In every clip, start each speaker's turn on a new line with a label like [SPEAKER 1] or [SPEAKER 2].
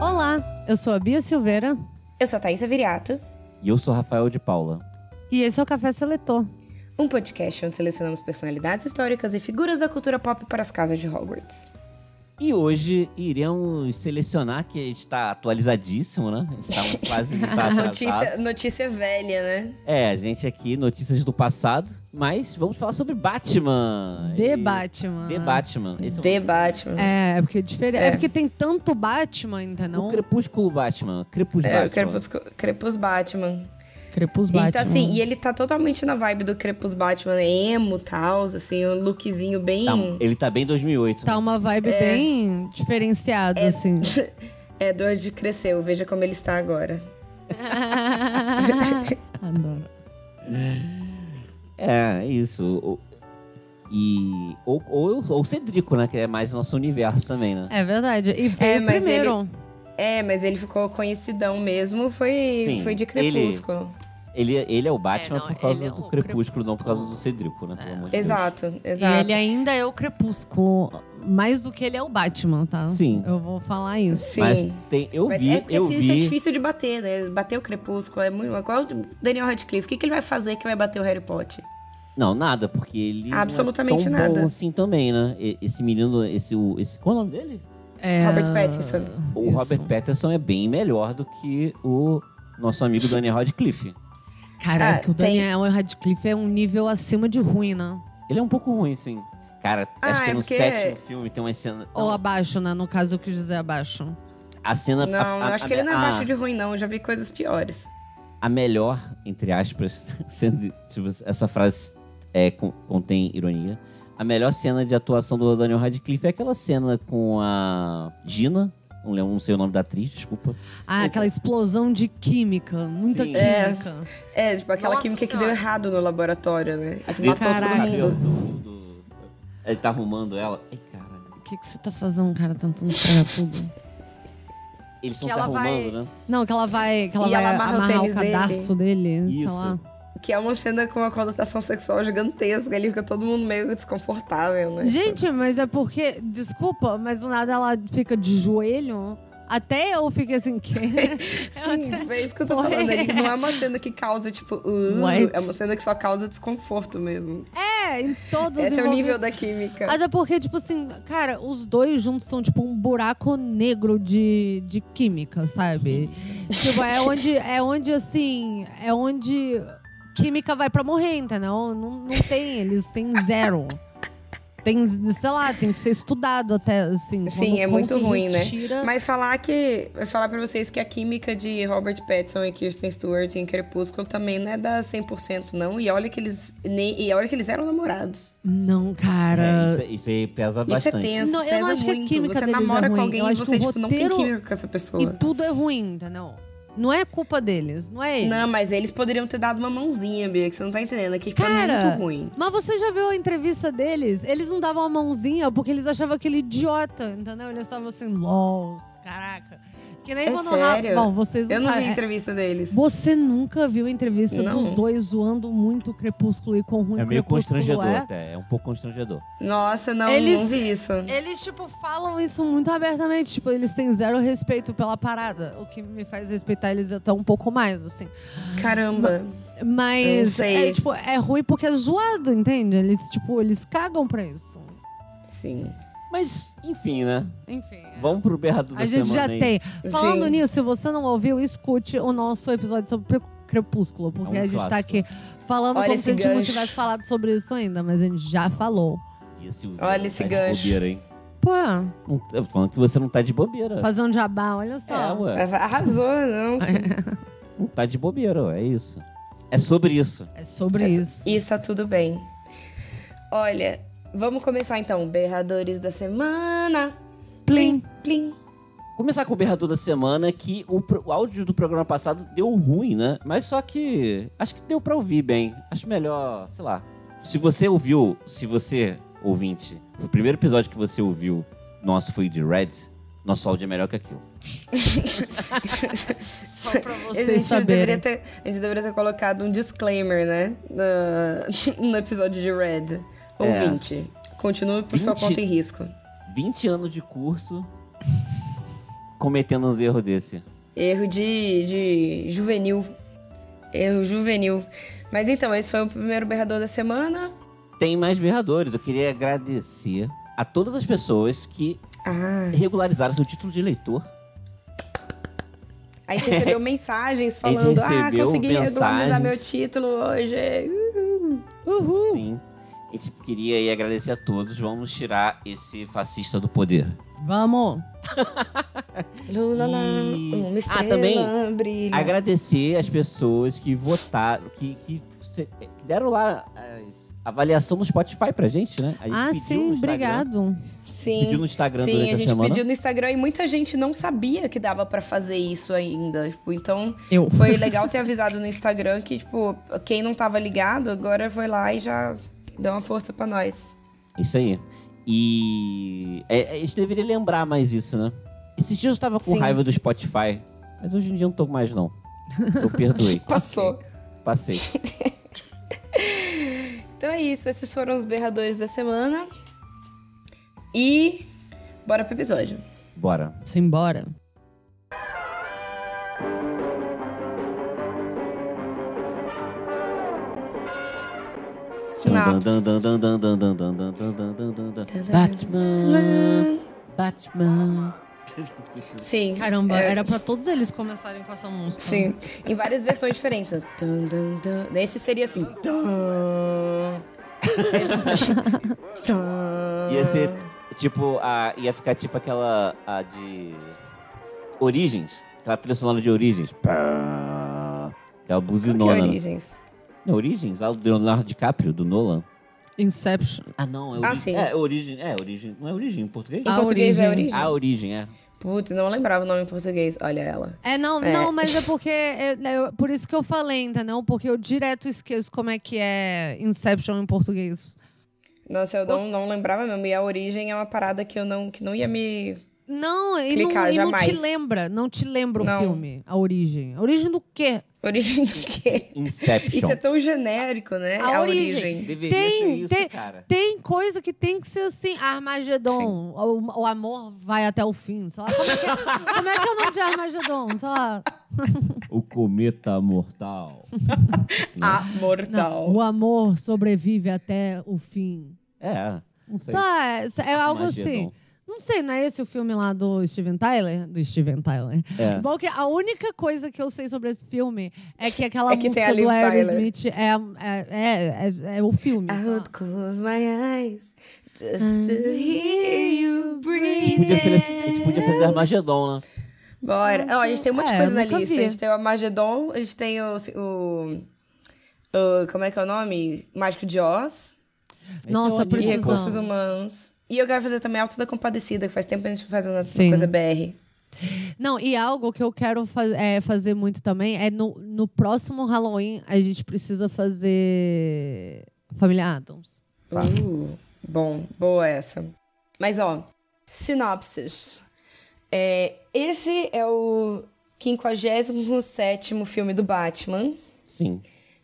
[SPEAKER 1] olá, eu sou a Bia Silveira
[SPEAKER 2] Eu sou a Thaisa Viriato,
[SPEAKER 3] E eu sou Rafael de Paula.
[SPEAKER 1] e esse é o Café Seletor.
[SPEAKER 2] um podcast onde selecionamos personalidades históricas e figuras da cultura pop para as casas de Hogwarts.
[SPEAKER 3] E hoje iremos selecionar, que está atualizadíssimo, né? Estamos quase tá
[SPEAKER 2] Notícia,
[SPEAKER 3] atrasados.
[SPEAKER 2] notícia velha, né?
[SPEAKER 3] É, a gente aqui, notícias do passado, mas vamos falar sobre Batman.
[SPEAKER 1] The
[SPEAKER 3] E-
[SPEAKER 1] Batman.
[SPEAKER 3] The Batman. Esse é o-
[SPEAKER 2] The Batman.
[SPEAKER 1] É, é porque é diferente. É. porque tem tanto Batman, entendeu?
[SPEAKER 3] O Crepúsculo Batman. Crepus
[SPEAKER 2] É,
[SPEAKER 3] Batman.
[SPEAKER 2] o Crepus, Crepus Batman.
[SPEAKER 1] Crepus
[SPEAKER 2] E tá assim, e ele tá totalmente na vibe do Crepus Batman, emo, tal, assim, um lookzinho bem...
[SPEAKER 3] Tá- ele tá bem em 2008.
[SPEAKER 1] Tá uma vibe bem diferenciada, assim.
[SPEAKER 2] É, dor de cresceu, veja como ele está agora.
[SPEAKER 1] Adoro.
[SPEAKER 3] É, é isso. O- E. Ou, ou, ou o Cedrico, né? Que é mais nosso universo também, né?
[SPEAKER 1] É verdade. E veio
[SPEAKER 2] É, mas
[SPEAKER 1] primeiro.
[SPEAKER 2] É, mas ele ficou conhecidão mesmo, foi,
[SPEAKER 3] Sim,
[SPEAKER 2] foi de
[SPEAKER 3] ele-
[SPEAKER 2] Crepúsculo.
[SPEAKER 3] Ele, ele é o Batman
[SPEAKER 1] É, não,
[SPEAKER 3] por causa
[SPEAKER 1] ele é
[SPEAKER 3] do
[SPEAKER 1] o
[SPEAKER 3] Crepúsculo, não por causa do Cedrico, né? Pelo amor de Deus.
[SPEAKER 2] Exato,
[SPEAKER 1] E
[SPEAKER 2] exato.
[SPEAKER 1] ele ainda é o Crepúsculo, mais do que ele é o Batman, tá?
[SPEAKER 3] Sim.
[SPEAKER 1] Eu vou falar isso.
[SPEAKER 2] Sim.
[SPEAKER 3] Mas tem, eu
[SPEAKER 2] Mas
[SPEAKER 3] vi,
[SPEAKER 2] é,
[SPEAKER 3] eu
[SPEAKER 2] esse-
[SPEAKER 3] vi.
[SPEAKER 2] isso é difícil de bater, né? Bater o Crepúsculo é muito. Igual o Daniel Radcliffe. O que, que ele vai fazer que vai bater o Harry Potter?
[SPEAKER 3] Não, nada, porque ele. não é
[SPEAKER 2] Absolutamente
[SPEAKER 3] tão
[SPEAKER 2] nada.
[SPEAKER 3] Bom assim também, né? E- Esse menino, esse. o- esse qual é o nome dele?
[SPEAKER 1] É,
[SPEAKER 2] Robert Pattinson.
[SPEAKER 3] O
[SPEAKER 1] Isso.
[SPEAKER 3] Robert Patterson é bem melhor do que o nosso amigo Daniel Radcliffe.
[SPEAKER 1] Caraca,
[SPEAKER 2] Ah,
[SPEAKER 1] o Daniel Radcliffe é um nível acima de ruim, né?
[SPEAKER 3] Ele é um pouco ruim, sim. Cara,
[SPEAKER 2] Ah,
[SPEAKER 3] acho que
[SPEAKER 2] é
[SPEAKER 3] no
[SPEAKER 2] porque-
[SPEAKER 3] sétimo filme tem uma cena.
[SPEAKER 1] Ou
[SPEAKER 3] não,
[SPEAKER 1] abaixo, né? No caso, eu quis dizer abaixo.
[SPEAKER 3] a cena.
[SPEAKER 2] Não,
[SPEAKER 3] a, a-
[SPEAKER 2] eu acho que ele não é
[SPEAKER 3] a-
[SPEAKER 2] abaixo de ruim, não. Eu já vi coisas piores.
[SPEAKER 3] a melhor, entre aspas, sendo, tipo, essa frase é, con- contém ironia. A melhor cena de atuação do Daniel Radcliffe é aquela cena com a Gina. Não lembro, não sei o nome da atriz, desculpa.
[SPEAKER 1] Ah, aquela explosão de química. Muita
[SPEAKER 3] Sim.
[SPEAKER 2] É.
[SPEAKER 1] química.
[SPEAKER 2] É, tipo, aquela
[SPEAKER 1] Nossa
[SPEAKER 2] química que deu
[SPEAKER 1] Senhora.
[SPEAKER 2] errado no laboratório, né? E que
[SPEAKER 3] tá
[SPEAKER 2] matou
[SPEAKER 1] Caraca.
[SPEAKER 2] todo
[SPEAKER 3] cabelo
[SPEAKER 2] mundo.
[SPEAKER 3] do, do- Ele tá arrumando ela. Ai, caralho.
[SPEAKER 1] O que, que você tá fazendo, cara, tentando estragar tudo?
[SPEAKER 3] Eles estão
[SPEAKER 1] Que
[SPEAKER 3] se
[SPEAKER 1] ela
[SPEAKER 3] arrumando,
[SPEAKER 1] vai-
[SPEAKER 3] né?
[SPEAKER 1] Não, que ela vai, que ela
[SPEAKER 2] E
[SPEAKER 1] vai
[SPEAKER 2] ela amarra o
[SPEAKER 1] amarrar o,
[SPEAKER 2] tênis dele.
[SPEAKER 1] cadarço dele, sei
[SPEAKER 3] Isso.
[SPEAKER 1] lá.
[SPEAKER 2] Que é uma cena com uma conotação sexual gigantesca. Ele fica todo mundo meio desconfortável, né?
[SPEAKER 1] Gente, mas é porque, desculpa, mas do nada ela fica de joelho. Até eu fiquei assim, que?
[SPEAKER 2] Sim, é isso que eu tô
[SPEAKER 1] Oi.
[SPEAKER 2] falando. Ele não é uma cena que causa, tipo, uh,
[SPEAKER 1] What?
[SPEAKER 2] é uma cena que só causa desconforto mesmo.
[SPEAKER 1] é, em todos os
[SPEAKER 2] Esse é o
[SPEAKER 1] envolvidos.
[SPEAKER 2] nível da química.
[SPEAKER 1] Até porque, tipo assim, cara, os dois juntos são tipo um buraco negro de, de química, sabe? Tipo, é onde, é onde, assim, é onde química vai pra morrer, entendeu? Não, não tem, eles têm zero. Tem, sei lá, tem que ser estudado até, assim.
[SPEAKER 2] Sim,
[SPEAKER 1] quando-
[SPEAKER 2] é
[SPEAKER 1] como
[SPEAKER 2] muito
[SPEAKER 1] que
[SPEAKER 2] ruim,
[SPEAKER 1] retira-
[SPEAKER 2] né? Mas falar que. Falar pra vocês que a química de Robert Pattinson e Kristen Stewart em Crepúsculo também não é da 100%, não. E olha que eles. Nem, e olha que eles eram namorados.
[SPEAKER 1] Não,
[SPEAKER 3] É,
[SPEAKER 1] cara.
[SPEAKER 3] isso, isso aí pesa
[SPEAKER 2] Isso é
[SPEAKER 3] bastante.
[SPEAKER 2] tenso,
[SPEAKER 1] Não, eu
[SPEAKER 2] pesa
[SPEAKER 1] não acho que a
[SPEAKER 2] muito.
[SPEAKER 1] química
[SPEAKER 2] você
[SPEAKER 1] deles é
[SPEAKER 2] namora
[SPEAKER 1] ruim.
[SPEAKER 2] com alguém
[SPEAKER 1] Eu
[SPEAKER 2] e
[SPEAKER 1] acho que
[SPEAKER 2] você,
[SPEAKER 1] o
[SPEAKER 2] tipo, não tem
[SPEAKER 1] roteiro-
[SPEAKER 2] química com essa pessoa.
[SPEAKER 1] E tudo é ruim, entendeu? Não é culpa deles, não é eles.
[SPEAKER 2] Não, mas eles poderiam ter dado uma mãozinha, Bia, que você não tá entendendo. Aqui fica
[SPEAKER 1] Cara,
[SPEAKER 2] muito ruim.
[SPEAKER 1] Mas você já viu a entrevista deles? Eles não davam a mãozinha porque eles achavam aquele idiota, entendeu? Eles estavam assim, lol, caraca. Que nem
[SPEAKER 2] É
[SPEAKER 1] quando
[SPEAKER 2] sério?
[SPEAKER 1] Bom, vocês não,
[SPEAKER 2] Eu não vi
[SPEAKER 1] sabem. né?
[SPEAKER 2] a entrevista deles.
[SPEAKER 1] Você nunca viu a entrevista
[SPEAKER 2] Não.
[SPEAKER 1] dos dois zoando muito o Crepúsculo e com ruim
[SPEAKER 3] É
[SPEAKER 1] o
[SPEAKER 3] meio
[SPEAKER 1] Crepúsculo
[SPEAKER 3] constrangedor
[SPEAKER 1] é?
[SPEAKER 3] até. É um pouco constrangedor.
[SPEAKER 2] Nossa, não,
[SPEAKER 1] Eles-
[SPEAKER 2] não vi isso.
[SPEAKER 1] Eles, tipo, falam isso muito abertamente. Tipo, eles têm zero respeito pela parada. O que me faz respeitar eles até um pouco mais, assim.
[SPEAKER 2] Caramba. Eu não
[SPEAKER 1] Mas,
[SPEAKER 2] sei.
[SPEAKER 1] é, tipo, é ruim porque é zoado, entende? Eles, tipo, eles cagam pra isso.
[SPEAKER 2] Sim.
[SPEAKER 3] Mas, enfim, né?
[SPEAKER 1] Enfim. é.
[SPEAKER 3] Vamos pro berrado da
[SPEAKER 1] A gente já
[SPEAKER 3] semana aí.
[SPEAKER 1] tem. Falando
[SPEAKER 2] Sim.
[SPEAKER 1] nisso, se você não ouviu, escute o nosso episódio sobre Pre- Crepúsculo, porque
[SPEAKER 3] É um
[SPEAKER 1] a gente tá
[SPEAKER 3] clássico.
[SPEAKER 1] aqui falando
[SPEAKER 2] Olha
[SPEAKER 1] como
[SPEAKER 2] esse
[SPEAKER 1] se a gente não
[SPEAKER 2] gancho.
[SPEAKER 1] tivesse falado sobre isso ainda, mas a gente já falou.
[SPEAKER 3] E esse Will
[SPEAKER 2] Olha esse
[SPEAKER 3] tá de
[SPEAKER 2] gancho.
[SPEAKER 3] bobeira, hein?
[SPEAKER 1] Pô,
[SPEAKER 3] Não- Eu tô falando que você não tá de bobeira.
[SPEAKER 1] fazendo jabá, olha só.
[SPEAKER 3] É, ué.
[SPEAKER 2] Arrasou, não. sim.
[SPEAKER 3] Não tá de bobeira, ué. É isso. É sobre isso.
[SPEAKER 1] É sobre isso.
[SPEAKER 2] Isso tá tudo bem. Olha, vamos começar então. Berradores da semana.
[SPEAKER 1] Plim.
[SPEAKER 2] Plim.
[SPEAKER 3] Começar com o berrador da semana, que o, pro- o áudio do programa passado deu ruim, né? Mas só que acho que deu pra ouvir bem. Acho melhor, sei lá. Se você ouviu, se você, ouvinte, o primeiro episódio que você ouviu nosso foi de Red, nosso áudio é melhor que aquilo.
[SPEAKER 1] Só pra
[SPEAKER 2] A
[SPEAKER 1] vocês
[SPEAKER 2] gente, deveria
[SPEAKER 1] saberem.
[SPEAKER 2] ter, a gente deveria ter colocado um disclaimer, né? na- No, episódio de Red.
[SPEAKER 3] É.
[SPEAKER 2] Ouvinte. Continue por sua
[SPEAKER 3] 20.
[SPEAKER 2] conta e risco.
[SPEAKER 3] 20 anos de curso cometendo uns erros desse.
[SPEAKER 2] Erro de, de juvenil. Erro juvenil. Mas então, esse foi o primeiro berrador da semana.
[SPEAKER 3] Tem mais berradores. Eu queria agradecer a todas as pessoas que
[SPEAKER 2] Ah,
[SPEAKER 3] regularizaram seu título de eleitor
[SPEAKER 2] a gente recebeu mensagens
[SPEAKER 3] A gente
[SPEAKER 2] falando: ah,
[SPEAKER 3] recebeu
[SPEAKER 2] consegui regularizar
[SPEAKER 3] mensagens.
[SPEAKER 2] meu título hoje.
[SPEAKER 1] Uhul.
[SPEAKER 3] Sim. A gente queria aí agradecer a todos. Vamos tirar esse fascista do poder.
[SPEAKER 1] Vamos.
[SPEAKER 2] Lula, lá,
[SPEAKER 3] E-
[SPEAKER 2] uma
[SPEAKER 3] Ah,
[SPEAKER 2] estrela
[SPEAKER 3] também
[SPEAKER 2] brilha.
[SPEAKER 3] Agradecer as pessoas que votaram, que, que, se- que deram lá as- a avaliação no Spotify pra gente, né? A gente
[SPEAKER 1] Ah,
[SPEAKER 3] pediu
[SPEAKER 1] sim,
[SPEAKER 3] no Instagram.
[SPEAKER 1] obrigado.
[SPEAKER 2] Sim.
[SPEAKER 3] Pediu no Instagram
[SPEAKER 2] Sim,
[SPEAKER 3] durante
[SPEAKER 2] a gente
[SPEAKER 3] semana.
[SPEAKER 2] pediu no Instagram e muita gente não sabia que dava pra fazer isso ainda. Tipo, então
[SPEAKER 1] Eu.
[SPEAKER 2] foi legal ter avisado no Instagram que, tipo, quem não tava ligado agora foi lá e já deu uma força pra nós.
[SPEAKER 3] Isso aí. E é, é, a gente deveria lembrar mais isso, né? Esses dias eu tava com
[SPEAKER 2] Sim.
[SPEAKER 3] raiva do Spotify, mas hoje em dia eu não tô mais, não. Eu perdoei.
[SPEAKER 2] Passou.
[SPEAKER 3] Passei.
[SPEAKER 2] Então é isso, esses foram os berradores da semana. E bora pro episódio.
[SPEAKER 3] Bora.
[SPEAKER 1] Simbora.
[SPEAKER 2] Sinapses.
[SPEAKER 3] Batman. Batman.
[SPEAKER 2] Sim.
[SPEAKER 1] Caramba,
[SPEAKER 2] É,
[SPEAKER 1] era pra todos eles começarem com essa música.
[SPEAKER 2] Sim, em várias versões diferentes. Dun, dun, dun. Esse seria assim. Dun. Dun.
[SPEAKER 3] Ia ser tipo a ia ficar tipo aquela a de Origens, aquela trilha sonora de Origens. Pá. Aquela
[SPEAKER 2] Que
[SPEAKER 3] buzinona. né?
[SPEAKER 2] origens.
[SPEAKER 3] Não, Origens, lá do Leonardo DiCaprio, do Nolan.
[SPEAKER 1] Inception.
[SPEAKER 3] Ah, não, é
[SPEAKER 2] Ah,
[SPEAKER 3] Origem.
[SPEAKER 2] sim.
[SPEAKER 3] É, Origem, é Origem, não é Origem em português?
[SPEAKER 2] Em
[SPEAKER 1] A
[SPEAKER 2] português é
[SPEAKER 1] origem.
[SPEAKER 2] origem.
[SPEAKER 3] A Origem, é.
[SPEAKER 2] Putz, não lembrava o nome em português. Olha ela.
[SPEAKER 1] É, não,
[SPEAKER 2] É.
[SPEAKER 1] não, mas é porque. é- é por isso que eu falei, entendeu? Porque eu direto esqueço como é que é Inception em português.
[SPEAKER 2] Nossa, eu não, não lembrava mesmo. E a origem é uma parada que eu não, que não ia me.
[SPEAKER 1] Não, e, não,
[SPEAKER 2] Clicar,
[SPEAKER 1] e não te
[SPEAKER 2] jamais.
[SPEAKER 1] lembra. Não te lembra
[SPEAKER 2] Não.
[SPEAKER 1] o filme, a origem. A origem do quê?
[SPEAKER 2] Origem do quê?
[SPEAKER 3] Inception.
[SPEAKER 2] Isso é tão genérico, né?
[SPEAKER 1] A
[SPEAKER 2] A, origem.
[SPEAKER 1] origem.
[SPEAKER 3] Deveria
[SPEAKER 1] Tem-
[SPEAKER 3] ser isso,
[SPEAKER 1] tem-
[SPEAKER 3] cara.
[SPEAKER 1] Tem coisa que tem que ser assim, Armagedon. O, o amor vai até o fim. Sei lá. Como é que é, como é, que é o nome de Armagedon? Sei lá.
[SPEAKER 3] O cometa mortal.
[SPEAKER 2] A
[SPEAKER 1] Não,
[SPEAKER 2] mortal.
[SPEAKER 1] o amor sobrevive até o fim.
[SPEAKER 3] É, não sei.
[SPEAKER 1] Sei lá, é, é algo assim.
[SPEAKER 3] Armagedon.
[SPEAKER 1] Não sei, não é esse o filme lá do Steven Tyler? Do Steven Tyler.
[SPEAKER 3] É.
[SPEAKER 1] Bom, que a única coisa que eu sei sobre esse filme é que aquela
[SPEAKER 2] É que tem
[SPEAKER 1] música
[SPEAKER 2] a
[SPEAKER 1] do
[SPEAKER 2] Liv
[SPEAKER 1] Aerosmith é, é, é, é, é o filme.
[SPEAKER 2] I
[SPEAKER 1] sei lá.
[SPEAKER 2] would close my eyes just to
[SPEAKER 1] Uhum.
[SPEAKER 2] hear you
[SPEAKER 3] A gente, Tipo, podia ser-
[SPEAKER 2] breathe.
[SPEAKER 3] a gente podia fazer Armagedon, né?
[SPEAKER 2] Bora. Ó, a gente tem um monte de
[SPEAKER 1] É,
[SPEAKER 2] coisa na
[SPEAKER 1] nunca
[SPEAKER 2] lista.
[SPEAKER 1] vi.
[SPEAKER 2] A gente tem o Armagedon, a gente tem o, o- o- Como é que é o nome? Mágico de Oz.
[SPEAKER 3] Esse
[SPEAKER 1] Nossa,
[SPEAKER 3] é o
[SPEAKER 2] E
[SPEAKER 1] Precisamos.
[SPEAKER 2] Recursos Humanos. E eu quero fazer também Alto da Compadecida, que faz tempo que a gente não faz uma, uma
[SPEAKER 1] Sim.
[SPEAKER 2] coisa BR.
[SPEAKER 1] Não, e algo que eu quero faz- é, fazer muito também é no, no próximo Halloween a gente precisa fazer Família Adams.
[SPEAKER 3] Tá.
[SPEAKER 2] Uh, bom, boa essa. Mas ó, sinopses. É, esse é o 57 filme do Batman.
[SPEAKER 3] Sim.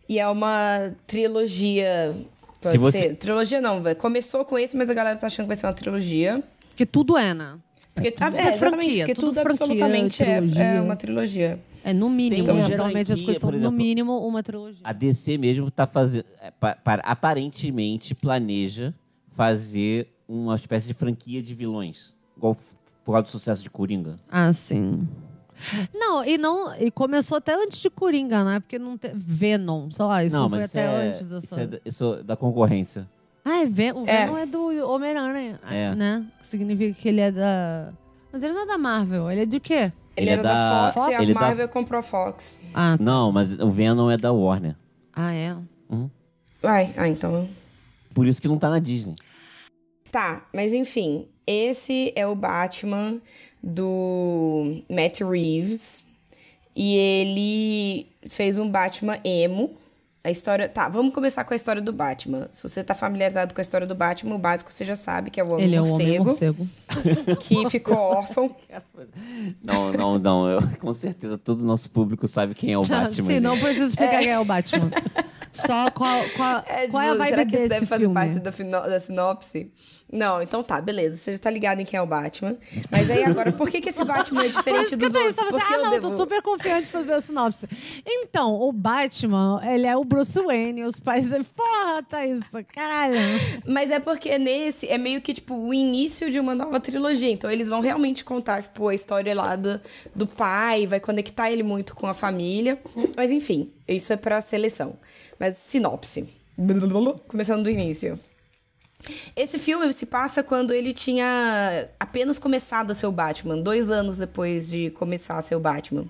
[SPEAKER 2] E é uma trilogia. Pode
[SPEAKER 3] Se você-
[SPEAKER 2] ser. Trilogia não, vai- começou com esse, mas a galera tá achando que vai ser uma trilogia.
[SPEAKER 1] Porque tudo é, né?
[SPEAKER 2] Porque tá,
[SPEAKER 1] Tudo
[SPEAKER 2] é,
[SPEAKER 1] é
[SPEAKER 2] exatamente,
[SPEAKER 1] franquia,
[SPEAKER 2] porque
[SPEAKER 1] tudo
[SPEAKER 2] tudo,
[SPEAKER 1] franquia,
[SPEAKER 2] absolutamente é- é,
[SPEAKER 1] trilogia.
[SPEAKER 2] uma trilogia.
[SPEAKER 1] É no mínimo.
[SPEAKER 3] Tem uma
[SPEAKER 1] Geralmente as
[SPEAKER 3] franquia,
[SPEAKER 1] coisas são
[SPEAKER 3] por
[SPEAKER 1] no
[SPEAKER 3] exemplo.
[SPEAKER 1] mínimo uma trilogia.
[SPEAKER 3] A DC mesmo tá fazendo. é, pa- pa- aparentemente planeja fazer uma espécie de franquia de vilões. Igual f- por causa do sucesso de Coringa.
[SPEAKER 1] Ah, sim. Não, e não. E começou até antes de Coringa, né? Porque não tem. Venom, sei lá, isso
[SPEAKER 3] não,
[SPEAKER 1] foi
[SPEAKER 3] mas isso
[SPEAKER 1] até
[SPEAKER 3] é,
[SPEAKER 1] antes dessa.
[SPEAKER 3] isso é da- isso é da concorrência.
[SPEAKER 1] Ah, é Ven o
[SPEAKER 2] É.
[SPEAKER 1] Venom é do Homem-Aranha,
[SPEAKER 3] É.
[SPEAKER 1] né? Que significa que ele é da. Mas ele não é da Marvel, ele é de quê?
[SPEAKER 2] Ele,
[SPEAKER 3] Ele é
[SPEAKER 2] era da,
[SPEAKER 3] da-
[SPEAKER 2] Fox e a
[SPEAKER 3] ele é da-
[SPEAKER 2] Marvel comprou a Fox.
[SPEAKER 1] Ah,
[SPEAKER 3] Não, mas o Venom é da Warner.
[SPEAKER 1] ah é.
[SPEAKER 2] Ai, ah, então.
[SPEAKER 3] Por isso que não tá na Disney.
[SPEAKER 2] Tá, mas enfim, esse é o Batman do Matt Reeves. E ele fez um Batman emo. A história. Tá, vamos começar com a história do Batman. Se você tá familiarizado com a história do Batman, o básico você já sabe que é o homem,
[SPEAKER 1] Ele é o
[SPEAKER 2] morcego,
[SPEAKER 1] homem morcego.
[SPEAKER 2] que ficou órfão.
[SPEAKER 3] Não, não, não. Eu, com certeza todo o nosso público sabe quem é o
[SPEAKER 1] Já-
[SPEAKER 3] Batman.
[SPEAKER 1] Sim, não
[SPEAKER 3] gente.
[SPEAKER 1] precisa explicar quem é o Batman. Só qual, qual,
[SPEAKER 2] É,
[SPEAKER 1] qual é a
[SPEAKER 2] tipo,
[SPEAKER 1] vibe
[SPEAKER 2] será que
[SPEAKER 1] desse
[SPEAKER 2] isso deve fazer
[SPEAKER 1] filme?
[SPEAKER 2] parte da, fino- da sinopse? Não, então tá, beleza. Você já tá ligado em quem é o Batman. Mas aí agora, por que, que esse Batman é diferente
[SPEAKER 1] Por isso que
[SPEAKER 2] dos
[SPEAKER 1] eu tô
[SPEAKER 2] outros?
[SPEAKER 1] pensando
[SPEAKER 2] Porque
[SPEAKER 1] assim, ah,
[SPEAKER 2] eu
[SPEAKER 1] não,
[SPEAKER 2] devo.
[SPEAKER 1] tô super confiante de fazer a sinopse. Então, o Batman, ele é o Bruce Wayne, os pais dele, porra, tá isso, caralho.
[SPEAKER 2] Mas é porque nesse é meio que, tipo, o início de uma nova trilogia. Então eles vão realmente contar, tipo, a história lá do, do pai, vai conectar ele muito com a família. Mas enfim, isso é pra seleção. Mas sinopse. Começando do início. Esse filme se passa quando ele tinha apenas começado a ser o Batman, dois anos depois de começar a ser o Batman.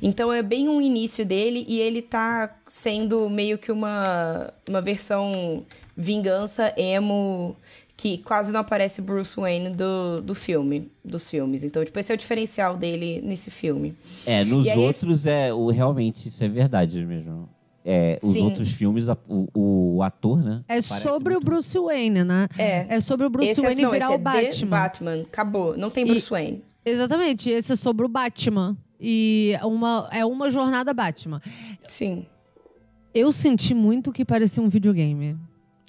[SPEAKER 2] Então é bem um início dele e ele tá sendo meio que uma, uma versão vingança emo que quase não aparece Bruce Wayne do, do filme, dos filmes. Então, tipo, esse é o diferencial dele nesse filme.
[SPEAKER 3] É, nos
[SPEAKER 2] E aí-
[SPEAKER 3] outros é o realmente isso é verdade mesmo. É, os
[SPEAKER 2] Sim.
[SPEAKER 3] outros filmes a- o, o ator, né?
[SPEAKER 1] É
[SPEAKER 3] parece
[SPEAKER 1] sobre o
[SPEAKER 3] muito-
[SPEAKER 1] Bruce Wayne, né? É. É sobre o Bruce
[SPEAKER 2] esse é-
[SPEAKER 1] Wayne
[SPEAKER 2] não,
[SPEAKER 1] virar
[SPEAKER 2] esse é
[SPEAKER 1] o
[SPEAKER 2] The
[SPEAKER 1] Batman.
[SPEAKER 2] Batman, acabou. Não tem Bruce Wayne.
[SPEAKER 1] Exatamente, esse é sobre o Batman. E é uma, é uma jornada Batman.
[SPEAKER 2] Sim.
[SPEAKER 1] Eu senti muito que parecia um videogame.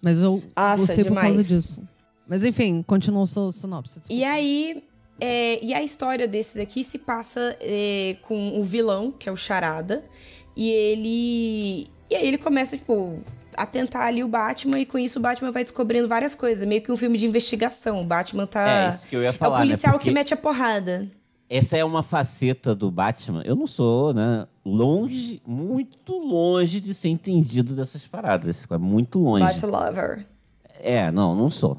[SPEAKER 1] Mas eu
[SPEAKER 2] Nossa,
[SPEAKER 1] gostei por
[SPEAKER 2] demais.
[SPEAKER 1] causa disso. Mas enfim, continua o seu sinopse. desculpa.
[SPEAKER 2] E aí, é, e a história desse daqui se passa é, com o vilão, que é o Charada, e ele. E aí ele começa, tipo, a tentar ali o Batman, e com isso o Batman vai descobrindo várias coisas. Meio que um filme de investigação. O Batman tá.
[SPEAKER 3] É, isso que eu ia falar,
[SPEAKER 2] É o
[SPEAKER 3] né?
[SPEAKER 2] policial que
[SPEAKER 3] Porque-
[SPEAKER 2] mete a porrada.
[SPEAKER 3] Essa é uma faceta do Batman. Eu não sou, né? Longe, muito longe de ser entendido dessas paradas. É muito longe.
[SPEAKER 2] Bat Lover.
[SPEAKER 3] É, não, não sou.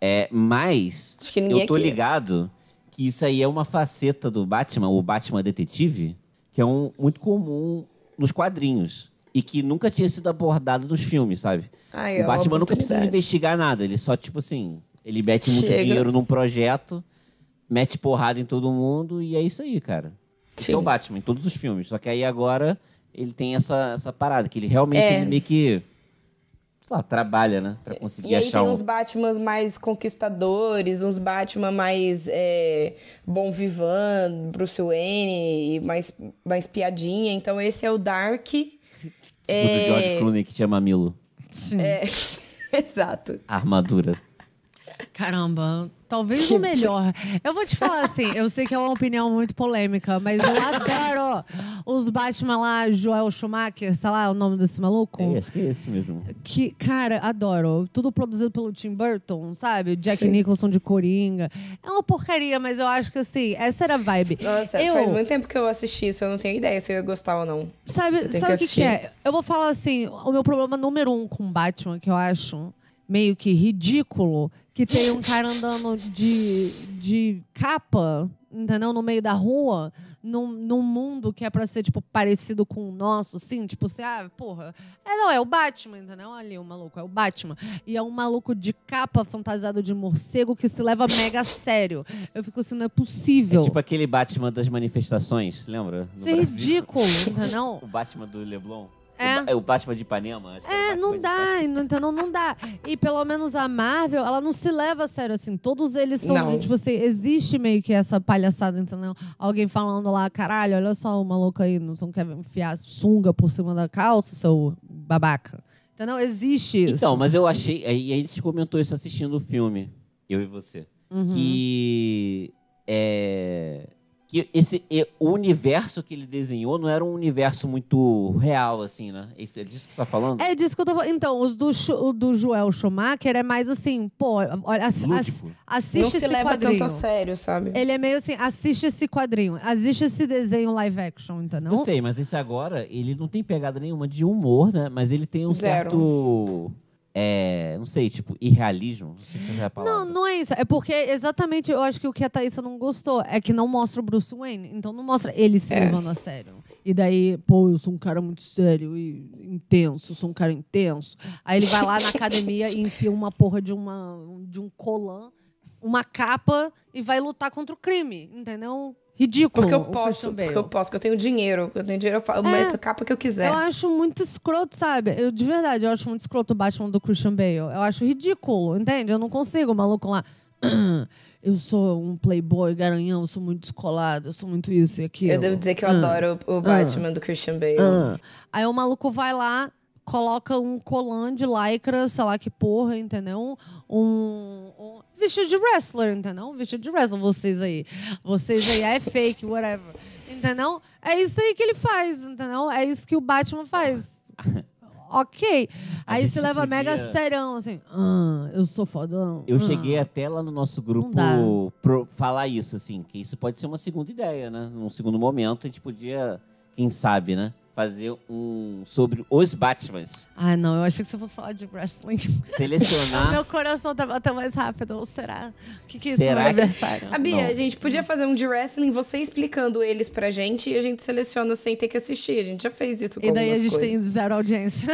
[SPEAKER 3] É, mas
[SPEAKER 2] Acho que ninguém
[SPEAKER 3] eu tô
[SPEAKER 2] aqui é.
[SPEAKER 3] ligado que isso aí é uma faceta do Batman, o Batman Detetive, que é um muito comum nos quadrinhos e que nunca tinha sido abordado nos filmes, sabe?
[SPEAKER 2] Ai, é
[SPEAKER 3] o
[SPEAKER 2] uma
[SPEAKER 3] Batman nunca precisa
[SPEAKER 2] oportunidade.
[SPEAKER 3] investigar nada, ele só tipo assim, ele mete muito
[SPEAKER 2] Chega.
[SPEAKER 3] dinheiro num projeto, mete porrada em todo mundo e é isso aí, cara. Esse é o
[SPEAKER 2] Sim.
[SPEAKER 3] Batman em todos os filmes, só que aí agora ele tem essa, essa parada que ele realmente
[SPEAKER 2] É.
[SPEAKER 3] ele meio que sei lá, trabalha, né, Pra conseguir
[SPEAKER 2] E aí
[SPEAKER 3] achar
[SPEAKER 2] tem
[SPEAKER 3] um-
[SPEAKER 2] uns Batmans mais conquistadores, uns Batman mais é, bom vivan, Bruce Wayne, e mais, mais piadinha. Então esse é o Dark.
[SPEAKER 3] Tipo do
[SPEAKER 1] É.
[SPEAKER 3] George Clooney que tinha mamilo.
[SPEAKER 1] Sim.
[SPEAKER 2] É, Exato.
[SPEAKER 3] Armadura.
[SPEAKER 1] Caramba, talvez o melhor. Eu vou te falar assim, eu sei que é uma opinião muito polêmica, mas eu adoro os Batman lá, Joel Schumacher, sei lá o nome desse maluco.
[SPEAKER 3] É esse, que é esse mesmo.
[SPEAKER 1] Que, cara, adoro. Tudo produzido pelo Tim Burton, sabe? Jack
[SPEAKER 2] Sim.
[SPEAKER 1] Nicholson de Coringa. É uma porcaria, mas eu acho que assim, essa era a vibe.
[SPEAKER 2] Nossa,
[SPEAKER 1] eu,
[SPEAKER 2] faz muito tempo que eu assisti isso, eu não tenho ideia se eu ia gostar ou não.
[SPEAKER 1] Sabe,
[SPEAKER 2] tenho que
[SPEAKER 1] sabe o que, que
[SPEAKER 2] assistir.
[SPEAKER 1] é? Eu vou falar assim: o meu problema número um com Batman, que eu acho meio que ridículo, que tem um cara andando de, de capa, entendeu? No meio da rua, num, num mundo que é pra ser, tipo, parecido com o nosso, assim, tipo, assim, ah, porra. É, não, é o Batman, entendeu? Ali, o maluco, é o Batman. E é um maluco de capa fantasiado de morcego que se leva mega a sério. Eu fico assim, não é possível.
[SPEAKER 3] É tipo aquele Batman das manifestações, lembra? No
[SPEAKER 1] Isso é
[SPEAKER 3] Brasil.
[SPEAKER 1] ridículo, entendeu?
[SPEAKER 3] O Batman do Leblon.
[SPEAKER 1] É.
[SPEAKER 3] O, Ba- o Batman de Ipanema. Acho que era o
[SPEAKER 1] É,
[SPEAKER 3] Batman
[SPEAKER 1] não
[SPEAKER 3] de
[SPEAKER 1] dá, não- então não, não dá. E pelo menos a Marvel, ela não se leva a sério assim. Todos eles são,
[SPEAKER 2] Não.
[SPEAKER 1] tipo assim, existe meio que essa palhaçada, entendeu? Alguém falando lá, caralho, olha só o maluco aí, não não quer enfiar sunga por cima da calça, seu babaca. Entendeu? Existe isso.
[SPEAKER 3] Então, mas eu achei. E a gente comentou isso
[SPEAKER 1] Uhum.
[SPEAKER 3] assistindo o filme, eu e você. Que. É. que esse e- o universo que ele desenhou não era um universo muito real, assim, né? Esse- é disso que você tá falando?
[SPEAKER 1] É disso que eu tô falando. Então, os do, Schu- o do Joel Schumacher é mais assim, pô, olha, ass- ass-
[SPEAKER 3] Lúdico.
[SPEAKER 1] assiste
[SPEAKER 2] Não
[SPEAKER 1] esse
[SPEAKER 2] se leva
[SPEAKER 1] quadrinho.
[SPEAKER 2] tanto a sério, sabe?
[SPEAKER 1] Ele é meio assim, assiste esse quadrinho, assiste esse desenho live action, entendeu?
[SPEAKER 3] Não sei, mas esse agora, ele não tem pegada nenhuma de humor, né? Mas ele tem um
[SPEAKER 2] Zero.
[SPEAKER 3] certo. É, não sei, tipo, irrealismo. Não sei se essa é a palavra.
[SPEAKER 1] Não, não é isso. É porque exatamente eu acho que o que a Thaísa não gostou é que não mostra o Bruce Wayne. Então não mostra ele se
[SPEAKER 2] É.
[SPEAKER 1] levando a sério. E daí, pô, eu sou um cara muito sério e intenso, sou um cara intenso. Aí ele vai lá na academia e enfia uma porra de, uma, de um colã, uma capa e vai lutar contra o crime, entendeu? Ridículo.
[SPEAKER 2] Porque eu
[SPEAKER 1] o Christian
[SPEAKER 2] posso,
[SPEAKER 1] Bale.
[SPEAKER 2] porque eu posso, porque eu tenho dinheiro. Eu tenho dinheiro, eu, falo, eu meto a capa que eu quiser.
[SPEAKER 1] Eu acho muito escroto, sabe? Eu, de verdade, eu acho muito escroto o Batman do Christian Bale. Eu acho ridículo, entende? Eu não consigo, o maluco lá. Eu sou um playboy garanhão, eu sou muito descolado, eu sou muito isso e aquilo.
[SPEAKER 2] Eu devo dizer que eu adoro o, o Batman do Christian Bale.
[SPEAKER 1] Ah. Aí o maluco vai lá, coloca um colã de lycra, sei lá que porra, entendeu? Um, um vestido de wrestler, entendeu? Um vestido de wrestler, vocês aí. Vocês aí, é fake, whatever. Entendeu? É isso aí que ele faz, entendeu? É isso que o Batman faz. ok. Aí
[SPEAKER 3] gente
[SPEAKER 1] se leva
[SPEAKER 3] podia-
[SPEAKER 1] mega serão, assim. Ah, eu sou fodão.
[SPEAKER 3] Eu
[SPEAKER 1] ah.
[SPEAKER 3] cheguei até lá no nosso grupo
[SPEAKER 1] dá.
[SPEAKER 3] pro- falar isso, assim, que isso pode ser uma segunda ideia, né? Num segundo momento, a gente podia, quem sabe, né? Fazer um sobre os Batmans.
[SPEAKER 1] Ah, não, eu achei que você fosse falar de wrestling.
[SPEAKER 3] Selecionar.
[SPEAKER 1] Meu coração tá batendo mais rápido. Ou será? O que, que é isso? meu
[SPEAKER 3] será que.
[SPEAKER 1] aniversário?
[SPEAKER 2] A Bia,
[SPEAKER 3] Não.
[SPEAKER 2] a gente podia fazer um de wrestling, você explicando eles pra gente e a gente seleciona sem ter que assistir. A gente já fez isso com
[SPEAKER 1] E daí a
[SPEAKER 2] algumas
[SPEAKER 1] gente tem
[SPEAKER 2] coisas.
[SPEAKER 1] zero audiência.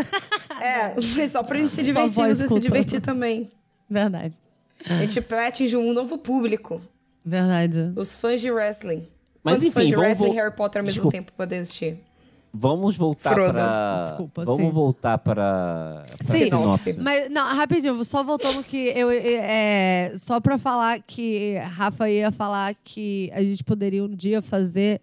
[SPEAKER 2] É, foi só pra gente se
[SPEAKER 1] Só
[SPEAKER 2] divertir,
[SPEAKER 1] vó
[SPEAKER 2] você se
[SPEAKER 1] escutando.
[SPEAKER 2] divertir também.
[SPEAKER 1] Verdade.
[SPEAKER 2] A gente atinge um novo público.
[SPEAKER 1] Verdade.
[SPEAKER 2] Os fãs de wrestling.
[SPEAKER 3] Mas
[SPEAKER 2] Quantos fãs
[SPEAKER 3] enfim,
[SPEAKER 2] de
[SPEAKER 3] vamos
[SPEAKER 2] wrestling e
[SPEAKER 3] vol-
[SPEAKER 2] Harry Potter ao mesmo
[SPEAKER 3] Desculpa.
[SPEAKER 2] tempo podem assistir.
[SPEAKER 3] Vamos voltar
[SPEAKER 2] Frodo.
[SPEAKER 3] pra.
[SPEAKER 1] Desculpa,
[SPEAKER 3] Vamos
[SPEAKER 1] sim.
[SPEAKER 3] voltar pra. pra
[SPEAKER 2] Sim.
[SPEAKER 3] sinopse.
[SPEAKER 2] Sinopse.
[SPEAKER 1] Mas, não, rapidinho, só voltando que eu. É, é, só pra falar que Rafa ia falar que a gente poderia um dia fazer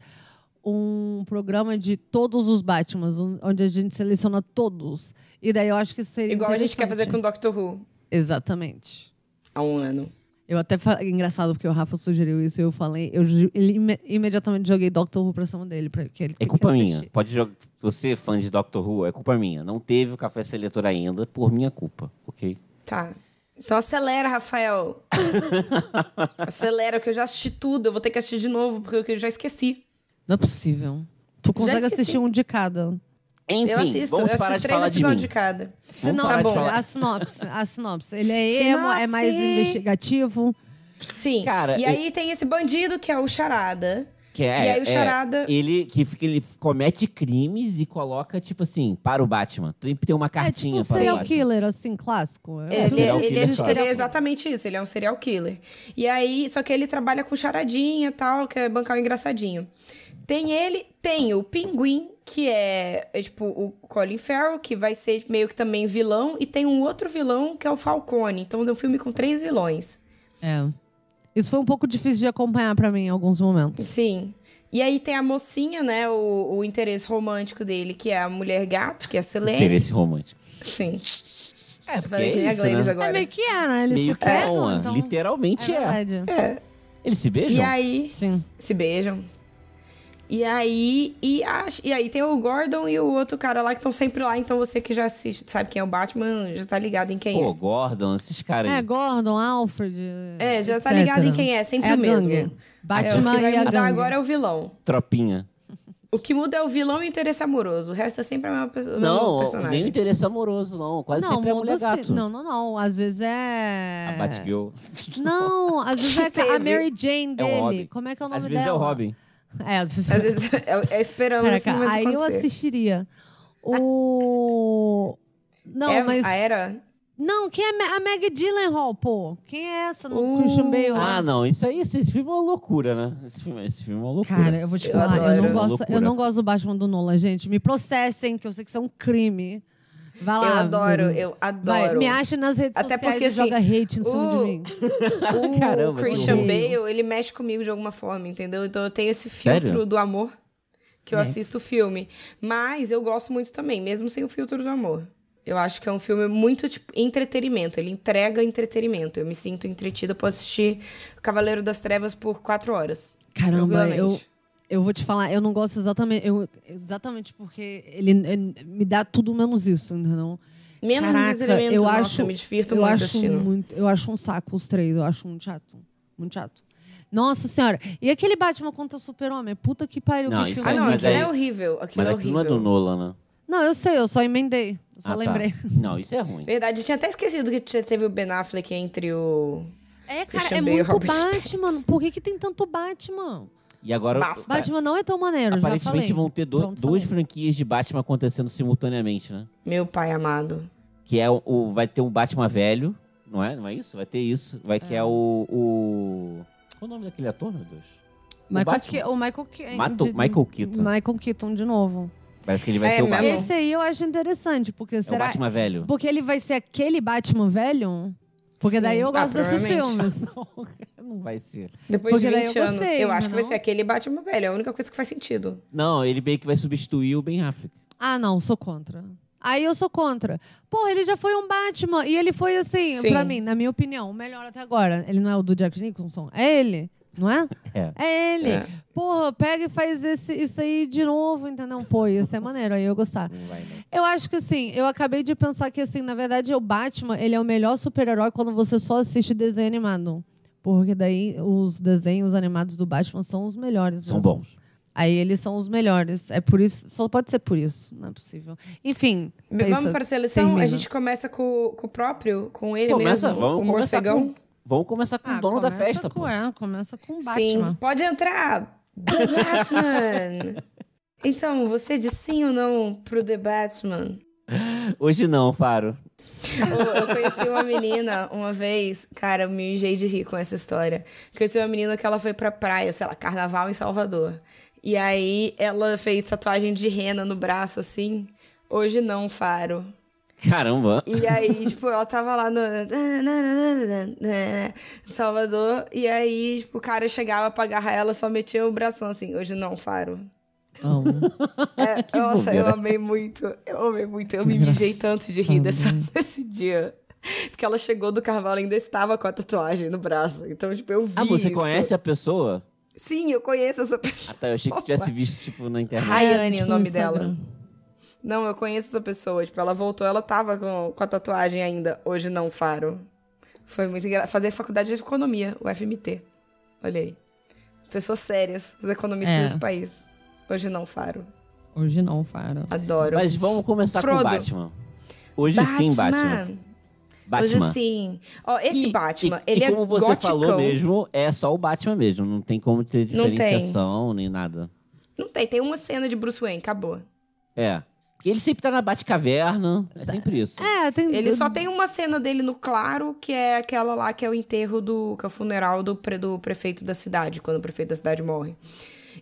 [SPEAKER 1] um programa de todos os Batmans, um- onde a gente seleciona todos. E daí eu acho que seria.
[SPEAKER 2] Igual a gente quer fazer
[SPEAKER 1] interessante.
[SPEAKER 2] com o Doctor Who
[SPEAKER 1] Exatamente.
[SPEAKER 2] há um ano.
[SPEAKER 1] Eu até falei, engraçado, porque o Rafa sugeriu isso e eu falei, eu ju- ele ime- imediatamente joguei Doctor Who pra cima dele, pra que ele
[SPEAKER 3] É
[SPEAKER 1] tem que
[SPEAKER 3] culpa
[SPEAKER 1] assistir.
[SPEAKER 3] minha. Pode jogar. Você, fã de Doctor Who, é culpa minha. Não teve o café seletor ainda, por minha culpa, ok?
[SPEAKER 2] Tá. Então acelera, Rafael. acelera, que eu já assisti tudo. Eu vou ter que assistir de novo, porque eu já esqueci.
[SPEAKER 1] Não é possível. Tu consegue
[SPEAKER 2] esqueci.
[SPEAKER 1] assistir um de cada.
[SPEAKER 3] Enfim,
[SPEAKER 2] eu assisto.
[SPEAKER 3] vamos
[SPEAKER 2] eu
[SPEAKER 3] parar
[SPEAKER 2] assisto
[SPEAKER 3] de
[SPEAKER 2] três
[SPEAKER 3] falar de mim.
[SPEAKER 2] episódios de, cada.
[SPEAKER 3] Vamos parar
[SPEAKER 2] Tá
[SPEAKER 3] de
[SPEAKER 2] bom.
[SPEAKER 3] falar.
[SPEAKER 1] a sinopse, a sinopse. Ele é emo, é mais
[SPEAKER 2] Sinopse!
[SPEAKER 1] investigativo. É tipo
[SPEAKER 2] Sim.
[SPEAKER 3] Cara,
[SPEAKER 2] e
[SPEAKER 3] eu-
[SPEAKER 2] aí tem esse bandido que é o Charada.
[SPEAKER 3] Que é,
[SPEAKER 2] E aí o
[SPEAKER 3] é,
[SPEAKER 2] Charada-
[SPEAKER 3] ele, que fica- ele comete crimes e coloca, tipo assim, para o Batman. Tem que ter uma
[SPEAKER 1] É
[SPEAKER 3] cartinha
[SPEAKER 1] tipo um
[SPEAKER 3] para o
[SPEAKER 1] serial
[SPEAKER 3] Batman.
[SPEAKER 1] killer, assim, clássico. É
[SPEAKER 2] Ele,
[SPEAKER 3] serial
[SPEAKER 2] ele,
[SPEAKER 3] killer
[SPEAKER 2] ele
[SPEAKER 3] clássico.
[SPEAKER 2] é exatamente isso, ele é um serial killer. E aí, só que ele trabalha com charadinha e tal, que é bancar o engraçadinho. Tem ele, tem o Pinguim, que é, é, tipo o Colin Farrell, que vai ser meio que também vilão, e tem um outro vilão que é o Falcone. Então é um filme com três vilões.
[SPEAKER 1] É. Isso foi um pouco difícil de acompanhar pra mim em alguns momentos.
[SPEAKER 2] Sim. E aí tem a mocinha, né? O, o interesse romântico dele, que é a mulher gato, que é a Selene.
[SPEAKER 3] Interesse romântico.
[SPEAKER 2] Sim.
[SPEAKER 3] É, porque
[SPEAKER 2] Falei que
[SPEAKER 3] é
[SPEAKER 2] nem a
[SPEAKER 3] isso,
[SPEAKER 2] Glennis
[SPEAKER 3] né?
[SPEAKER 2] agora.
[SPEAKER 1] É meio que é, né? Eles
[SPEAKER 3] Meio
[SPEAKER 1] se
[SPEAKER 3] que é,
[SPEAKER 1] pegam,
[SPEAKER 3] uma.
[SPEAKER 1] então-
[SPEAKER 3] Literalmente
[SPEAKER 1] É
[SPEAKER 3] é.
[SPEAKER 1] verdade.
[SPEAKER 3] Eles se
[SPEAKER 2] E
[SPEAKER 3] beijam?
[SPEAKER 2] aí.
[SPEAKER 1] Sim.
[SPEAKER 2] se beijam. E aí, e, a- e aí tem o Gordon e o outro cara lá que estão sempre lá, então você que já assiste, sabe quem é o Batman, já tá ligado em quem
[SPEAKER 3] Pô, Gordon, esses caras.
[SPEAKER 1] É,
[SPEAKER 3] aí.
[SPEAKER 1] Gordon, Alfred.
[SPEAKER 2] é. É, já tá
[SPEAKER 1] etc.
[SPEAKER 2] ligado em quem é, sempre
[SPEAKER 1] é a
[SPEAKER 2] o mesmo.
[SPEAKER 1] gangue.
[SPEAKER 2] É, o
[SPEAKER 1] Batman
[SPEAKER 2] que vai
[SPEAKER 1] e a
[SPEAKER 2] mudar
[SPEAKER 1] gangue.
[SPEAKER 2] agora é o vilão.
[SPEAKER 3] Tropinha.
[SPEAKER 2] O que muda é o vilão e o interesse amoroso. O resto é sempre a mesma pessoa, o mesmo
[SPEAKER 3] Não,
[SPEAKER 2] personagem.
[SPEAKER 3] nem o interesse amoroso, não. Quase
[SPEAKER 1] não,
[SPEAKER 3] sempre é a
[SPEAKER 1] muda
[SPEAKER 3] mulher
[SPEAKER 1] sim.
[SPEAKER 3] gato.
[SPEAKER 1] Não, não, não. Às vezes é...
[SPEAKER 3] A Batgirl.
[SPEAKER 1] Não, às vezes é a Mary Jane
[SPEAKER 3] É o
[SPEAKER 1] dele.
[SPEAKER 3] Robin.
[SPEAKER 1] Como é que é o nome
[SPEAKER 3] Às
[SPEAKER 1] dela?
[SPEAKER 3] vezes é o Robin.
[SPEAKER 1] É, às vezes,
[SPEAKER 2] Às vezes é, é esperando
[SPEAKER 1] Pera
[SPEAKER 2] esse
[SPEAKER 1] cá,
[SPEAKER 2] momento
[SPEAKER 1] aí eu
[SPEAKER 2] acontecer.
[SPEAKER 1] assistiria. O. Não,
[SPEAKER 2] é,
[SPEAKER 1] mas.
[SPEAKER 2] A era?
[SPEAKER 1] Não, quem é a Ma- a Maggie Gyllenhaal, pô? Quem é essa no
[SPEAKER 2] Uh,
[SPEAKER 1] Christian Bale?
[SPEAKER 3] Ah, não. Isso aí, esse filme é uma loucura, né? Esse filme, esse filme é uma loucura.
[SPEAKER 1] Cara, eu vou te
[SPEAKER 2] Eu
[SPEAKER 1] falar, eu,
[SPEAKER 2] adoro.
[SPEAKER 1] não gosto,
[SPEAKER 3] Loucura.
[SPEAKER 1] eu não gosto do Batman do Nolan, gente. Me processem, que eu sei que isso é um crime. Vai lá.
[SPEAKER 2] eu adoro,
[SPEAKER 1] meu-
[SPEAKER 2] eu
[SPEAKER 1] Ah, Vai,
[SPEAKER 2] adoro.
[SPEAKER 1] me acha nas redes
[SPEAKER 2] Até
[SPEAKER 1] sociais
[SPEAKER 2] porque,
[SPEAKER 1] e
[SPEAKER 2] assim,
[SPEAKER 1] joga hate em cima
[SPEAKER 2] o-
[SPEAKER 1] de mim.
[SPEAKER 2] O
[SPEAKER 3] Ah, Caramba,
[SPEAKER 2] Christian
[SPEAKER 1] que horror.
[SPEAKER 2] Bale, ele mexe comigo de alguma forma, entendeu? Então eu tenho esse
[SPEAKER 3] Sério? Uhum.
[SPEAKER 2] filtro do amor que eu assisto o filme. Mas eu gosto muito também, mesmo sem o filtro do amor. Eu acho que é um filme muito, tipo, entretenimento. Ele entrega entretenimento. Eu me sinto entretida por assistir Cavaleiro das Trevas por quatro horas.
[SPEAKER 1] Caramba, eu,
[SPEAKER 2] Tranquilamente.
[SPEAKER 1] eu vou te falar, eu não gosto exatamente. eu- exatamente porque ele, ele me dá tudo menos isso, entendeu?
[SPEAKER 2] Menos
[SPEAKER 1] Caraca,
[SPEAKER 2] entretenimento,
[SPEAKER 1] eu
[SPEAKER 2] nossa,
[SPEAKER 1] acho-
[SPEAKER 2] eu me divirto
[SPEAKER 1] eu
[SPEAKER 2] muito assim.
[SPEAKER 1] acho
[SPEAKER 2] assistindo.
[SPEAKER 1] muito- eu acho um saco os três, eu acho muito chato. Muito chato. Nossa senhora. E aquele Batman contra o Super-Homem? Puta que pariu.
[SPEAKER 3] Não,
[SPEAKER 1] que
[SPEAKER 3] isso
[SPEAKER 1] filme
[SPEAKER 2] Ah, não,
[SPEAKER 3] Mas
[SPEAKER 1] horrível.
[SPEAKER 2] aquilo
[SPEAKER 3] aí-
[SPEAKER 2] é horrível. Aquilo
[SPEAKER 3] Mas
[SPEAKER 2] é
[SPEAKER 3] aquilo não é
[SPEAKER 2] horrível.
[SPEAKER 3] do Nolan, né?
[SPEAKER 1] Não, eu sei, eu só emendei. Eu só
[SPEAKER 3] Ah, tá.
[SPEAKER 1] lembrei.
[SPEAKER 3] Não, isso é ruim.
[SPEAKER 2] Verdade, eu tinha até esquecido que tinha- teve o Ben Affleck entre o.
[SPEAKER 1] É, cara,
[SPEAKER 2] Christian
[SPEAKER 1] é
[SPEAKER 2] Bale e
[SPEAKER 1] muito
[SPEAKER 2] Robert
[SPEAKER 1] Batman. Por que, que tem tanto Batman?
[SPEAKER 3] E agora,
[SPEAKER 2] Basta.
[SPEAKER 1] Batman não é tão maneiro, já
[SPEAKER 3] Tá. aparentemente,
[SPEAKER 1] falei.
[SPEAKER 3] vão ter do-
[SPEAKER 1] Pronto,
[SPEAKER 3] duas
[SPEAKER 1] falei.
[SPEAKER 3] franquias de Batman acontecendo simultaneamente, né?
[SPEAKER 2] Meu pai amado.
[SPEAKER 3] Que é o, o- vai ter um Batman velho, não é? Não é isso? Vai ter isso. Vai que é o, o- Qual o nome daquele ator, meu Deus? O
[SPEAKER 1] Michael
[SPEAKER 3] Batman.
[SPEAKER 1] Ke- é o Michael Keaton.
[SPEAKER 3] Mato- Michael Keaton.
[SPEAKER 1] Michael Keaton de novo.
[SPEAKER 3] Parece que ele vai
[SPEAKER 2] É
[SPEAKER 3] ser o
[SPEAKER 2] mesmo?
[SPEAKER 3] Batman.
[SPEAKER 2] bom.
[SPEAKER 1] Esse aí eu acho interessante, porque
[SPEAKER 3] É o
[SPEAKER 1] será.
[SPEAKER 3] Batman velho.
[SPEAKER 1] Porque ele vai ser aquele Batman velho? Porque
[SPEAKER 2] Sim.
[SPEAKER 1] daí eu
[SPEAKER 2] Ah,
[SPEAKER 1] gosto desses
[SPEAKER 2] provavelmente.
[SPEAKER 1] filmes.
[SPEAKER 3] Não vai ser.
[SPEAKER 2] Depois
[SPEAKER 1] Porque
[SPEAKER 2] de
[SPEAKER 1] daí
[SPEAKER 2] 20
[SPEAKER 1] eu
[SPEAKER 2] anos.
[SPEAKER 1] gostei,
[SPEAKER 2] eu acho que vai
[SPEAKER 1] não?
[SPEAKER 2] ser aquele Batman velho. É a única coisa que faz sentido.
[SPEAKER 3] Não, ele meio que vai substituir o Ben Affleck.
[SPEAKER 1] Ah, não, sou contra. Aí eu sou contra. Porra, ele já foi um Batman. E ele foi assim,
[SPEAKER 2] Sim.
[SPEAKER 1] pra mim, na minha opinião, o melhor até agora. Ele não é o do Jack Nicholson? É ele, não é?
[SPEAKER 3] É.
[SPEAKER 1] É ele.
[SPEAKER 2] É.
[SPEAKER 1] Porra, pega e faz esse, isso aí de novo, entendeu? Pô, ia ser maneiro, aí eu ia gostar.
[SPEAKER 3] Não vai, né? não.
[SPEAKER 1] Eu acho que assim, eu acabei de pensar que assim, na verdade, o Batman, ele é o melhor super-herói quando você só assiste desenho animado. Porque daí os desenhos animados do Batman são os melhores.
[SPEAKER 3] São
[SPEAKER 1] mesmo.
[SPEAKER 3] bons.
[SPEAKER 1] Aí eles são os melhores. É por isso, só pode ser por isso, não é possível. Enfim, é
[SPEAKER 2] Vamos
[SPEAKER 1] isso.
[SPEAKER 2] para a seleção?
[SPEAKER 1] Termina.
[SPEAKER 2] A gente começa com, com o próprio, com ele
[SPEAKER 3] Começa,
[SPEAKER 2] mesmo,
[SPEAKER 3] vamos
[SPEAKER 2] o
[SPEAKER 3] começar
[SPEAKER 2] morcegão.
[SPEAKER 3] com... Vamos começar com
[SPEAKER 1] Ah,
[SPEAKER 3] o dono da
[SPEAKER 1] começa
[SPEAKER 3] festa,
[SPEAKER 1] com,
[SPEAKER 3] pô.
[SPEAKER 1] É, começa com o Batman.
[SPEAKER 2] Sim, pode entrar! The Batman! então, você diz sim ou não pro The Batman?
[SPEAKER 3] Hoje não, Faro.
[SPEAKER 2] Eu, eu conheci uma menina uma vez, cara, eu me enjei de rir com essa história. Conheci uma menina que ela foi pra praia, sei lá, carnaval em Salvador. E aí ela fez tatuagem de rena no braço, assim. Hoje não, Faro.
[SPEAKER 3] Caramba.
[SPEAKER 2] E aí, tipo, ela tava lá no. em Salvador. E aí, tipo, o cara chegava pra agarrar ela, só metia o bração assim. Hoje não, Faro. É,
[SPEAKER 3] Que
[SPEAKER 2] nossa,
[SPEAKER 3] bobeira.
[SPEAKER 2] eu amei muito. Eu amei muito. Eu me mijei tanto de rir dessa, desse dia. Porque ela chegou do carnaval e ainda estava com a tatuagem no braço. Então, tipo, eu vi.
[SPEAKER 3] Ah, você
[SPEAKER 2] isso.
[SPEAKER 3] conhece a pessoa?
[SPEAKER 2] Sim, eu conheço essa
[SPEAKER 3] Ah,
[SPEAKER 2] pessoa.
[SPEAKER 3] tá. Eu achei que você tivesse visto, tipo, na internet.
[SPEAKER 2] Rayane,
[SPEAKER 1] É, tipo,
[SPEAKER 2] o nome
[SPEAKER 1] no Instagram.
[SPEAKER 2] dela. Não, eu conheço essa pessoa. Tipo, ela voltou, ela tava com, com a tatuagem ainda. Hoje não, Faro. Foi muito engraçado. Fazer faculdade de economia, o FMT. Olha aí. Pessoas sérias, os economistas
[SPEAKER 1] É.
[SPEAKER 2] desse país. Hoje não, Faro.
[SPEAKER 1] Hoje não, Faro.
[SPEAKER 2] Adoro.
[SPEAKER 3] Mas vamos começar com o
[SPEAKER 2] Frodo.
[SPEAKER 3] Batman. Hoje sim, Batman. Batman.
[SPEAKER 2] Hoje sim. Ó, esse
[SPEAKER 3] E-
[SPEAKER 2] Batman,
[SPEAKER 3] e,
[SPEAKER 2] ele
[SPEAKER 3] e
[SPEAKER 2] é
[SPEAKER 3] como você
[SPEAKER 2] goticão.
[SPEAKER 3] falou mesmo, é só o Batman mesmo. Não tem como ter
[SPEAKER 2] Não tem.
[SPEAKER 3] diferenciação nem nada.
[SPEAKER 2] Não tem, tem uma cena de Bruce Wayne, acabou.
[SPEAKER 3] É. Porque Ele sempre tá na Batcaverna.
[SPEAKER 2] Tá.
[SPEAKER 3] É sempre isso.
[SPEAKER 1] É, tem
[SPEAKER 2] Ele só tem uma cena dele no claro, que é aquela lá que é o enterro do. que é o funeral do, pre- do prefeito da cidade, quando o prefeito da cidade morre.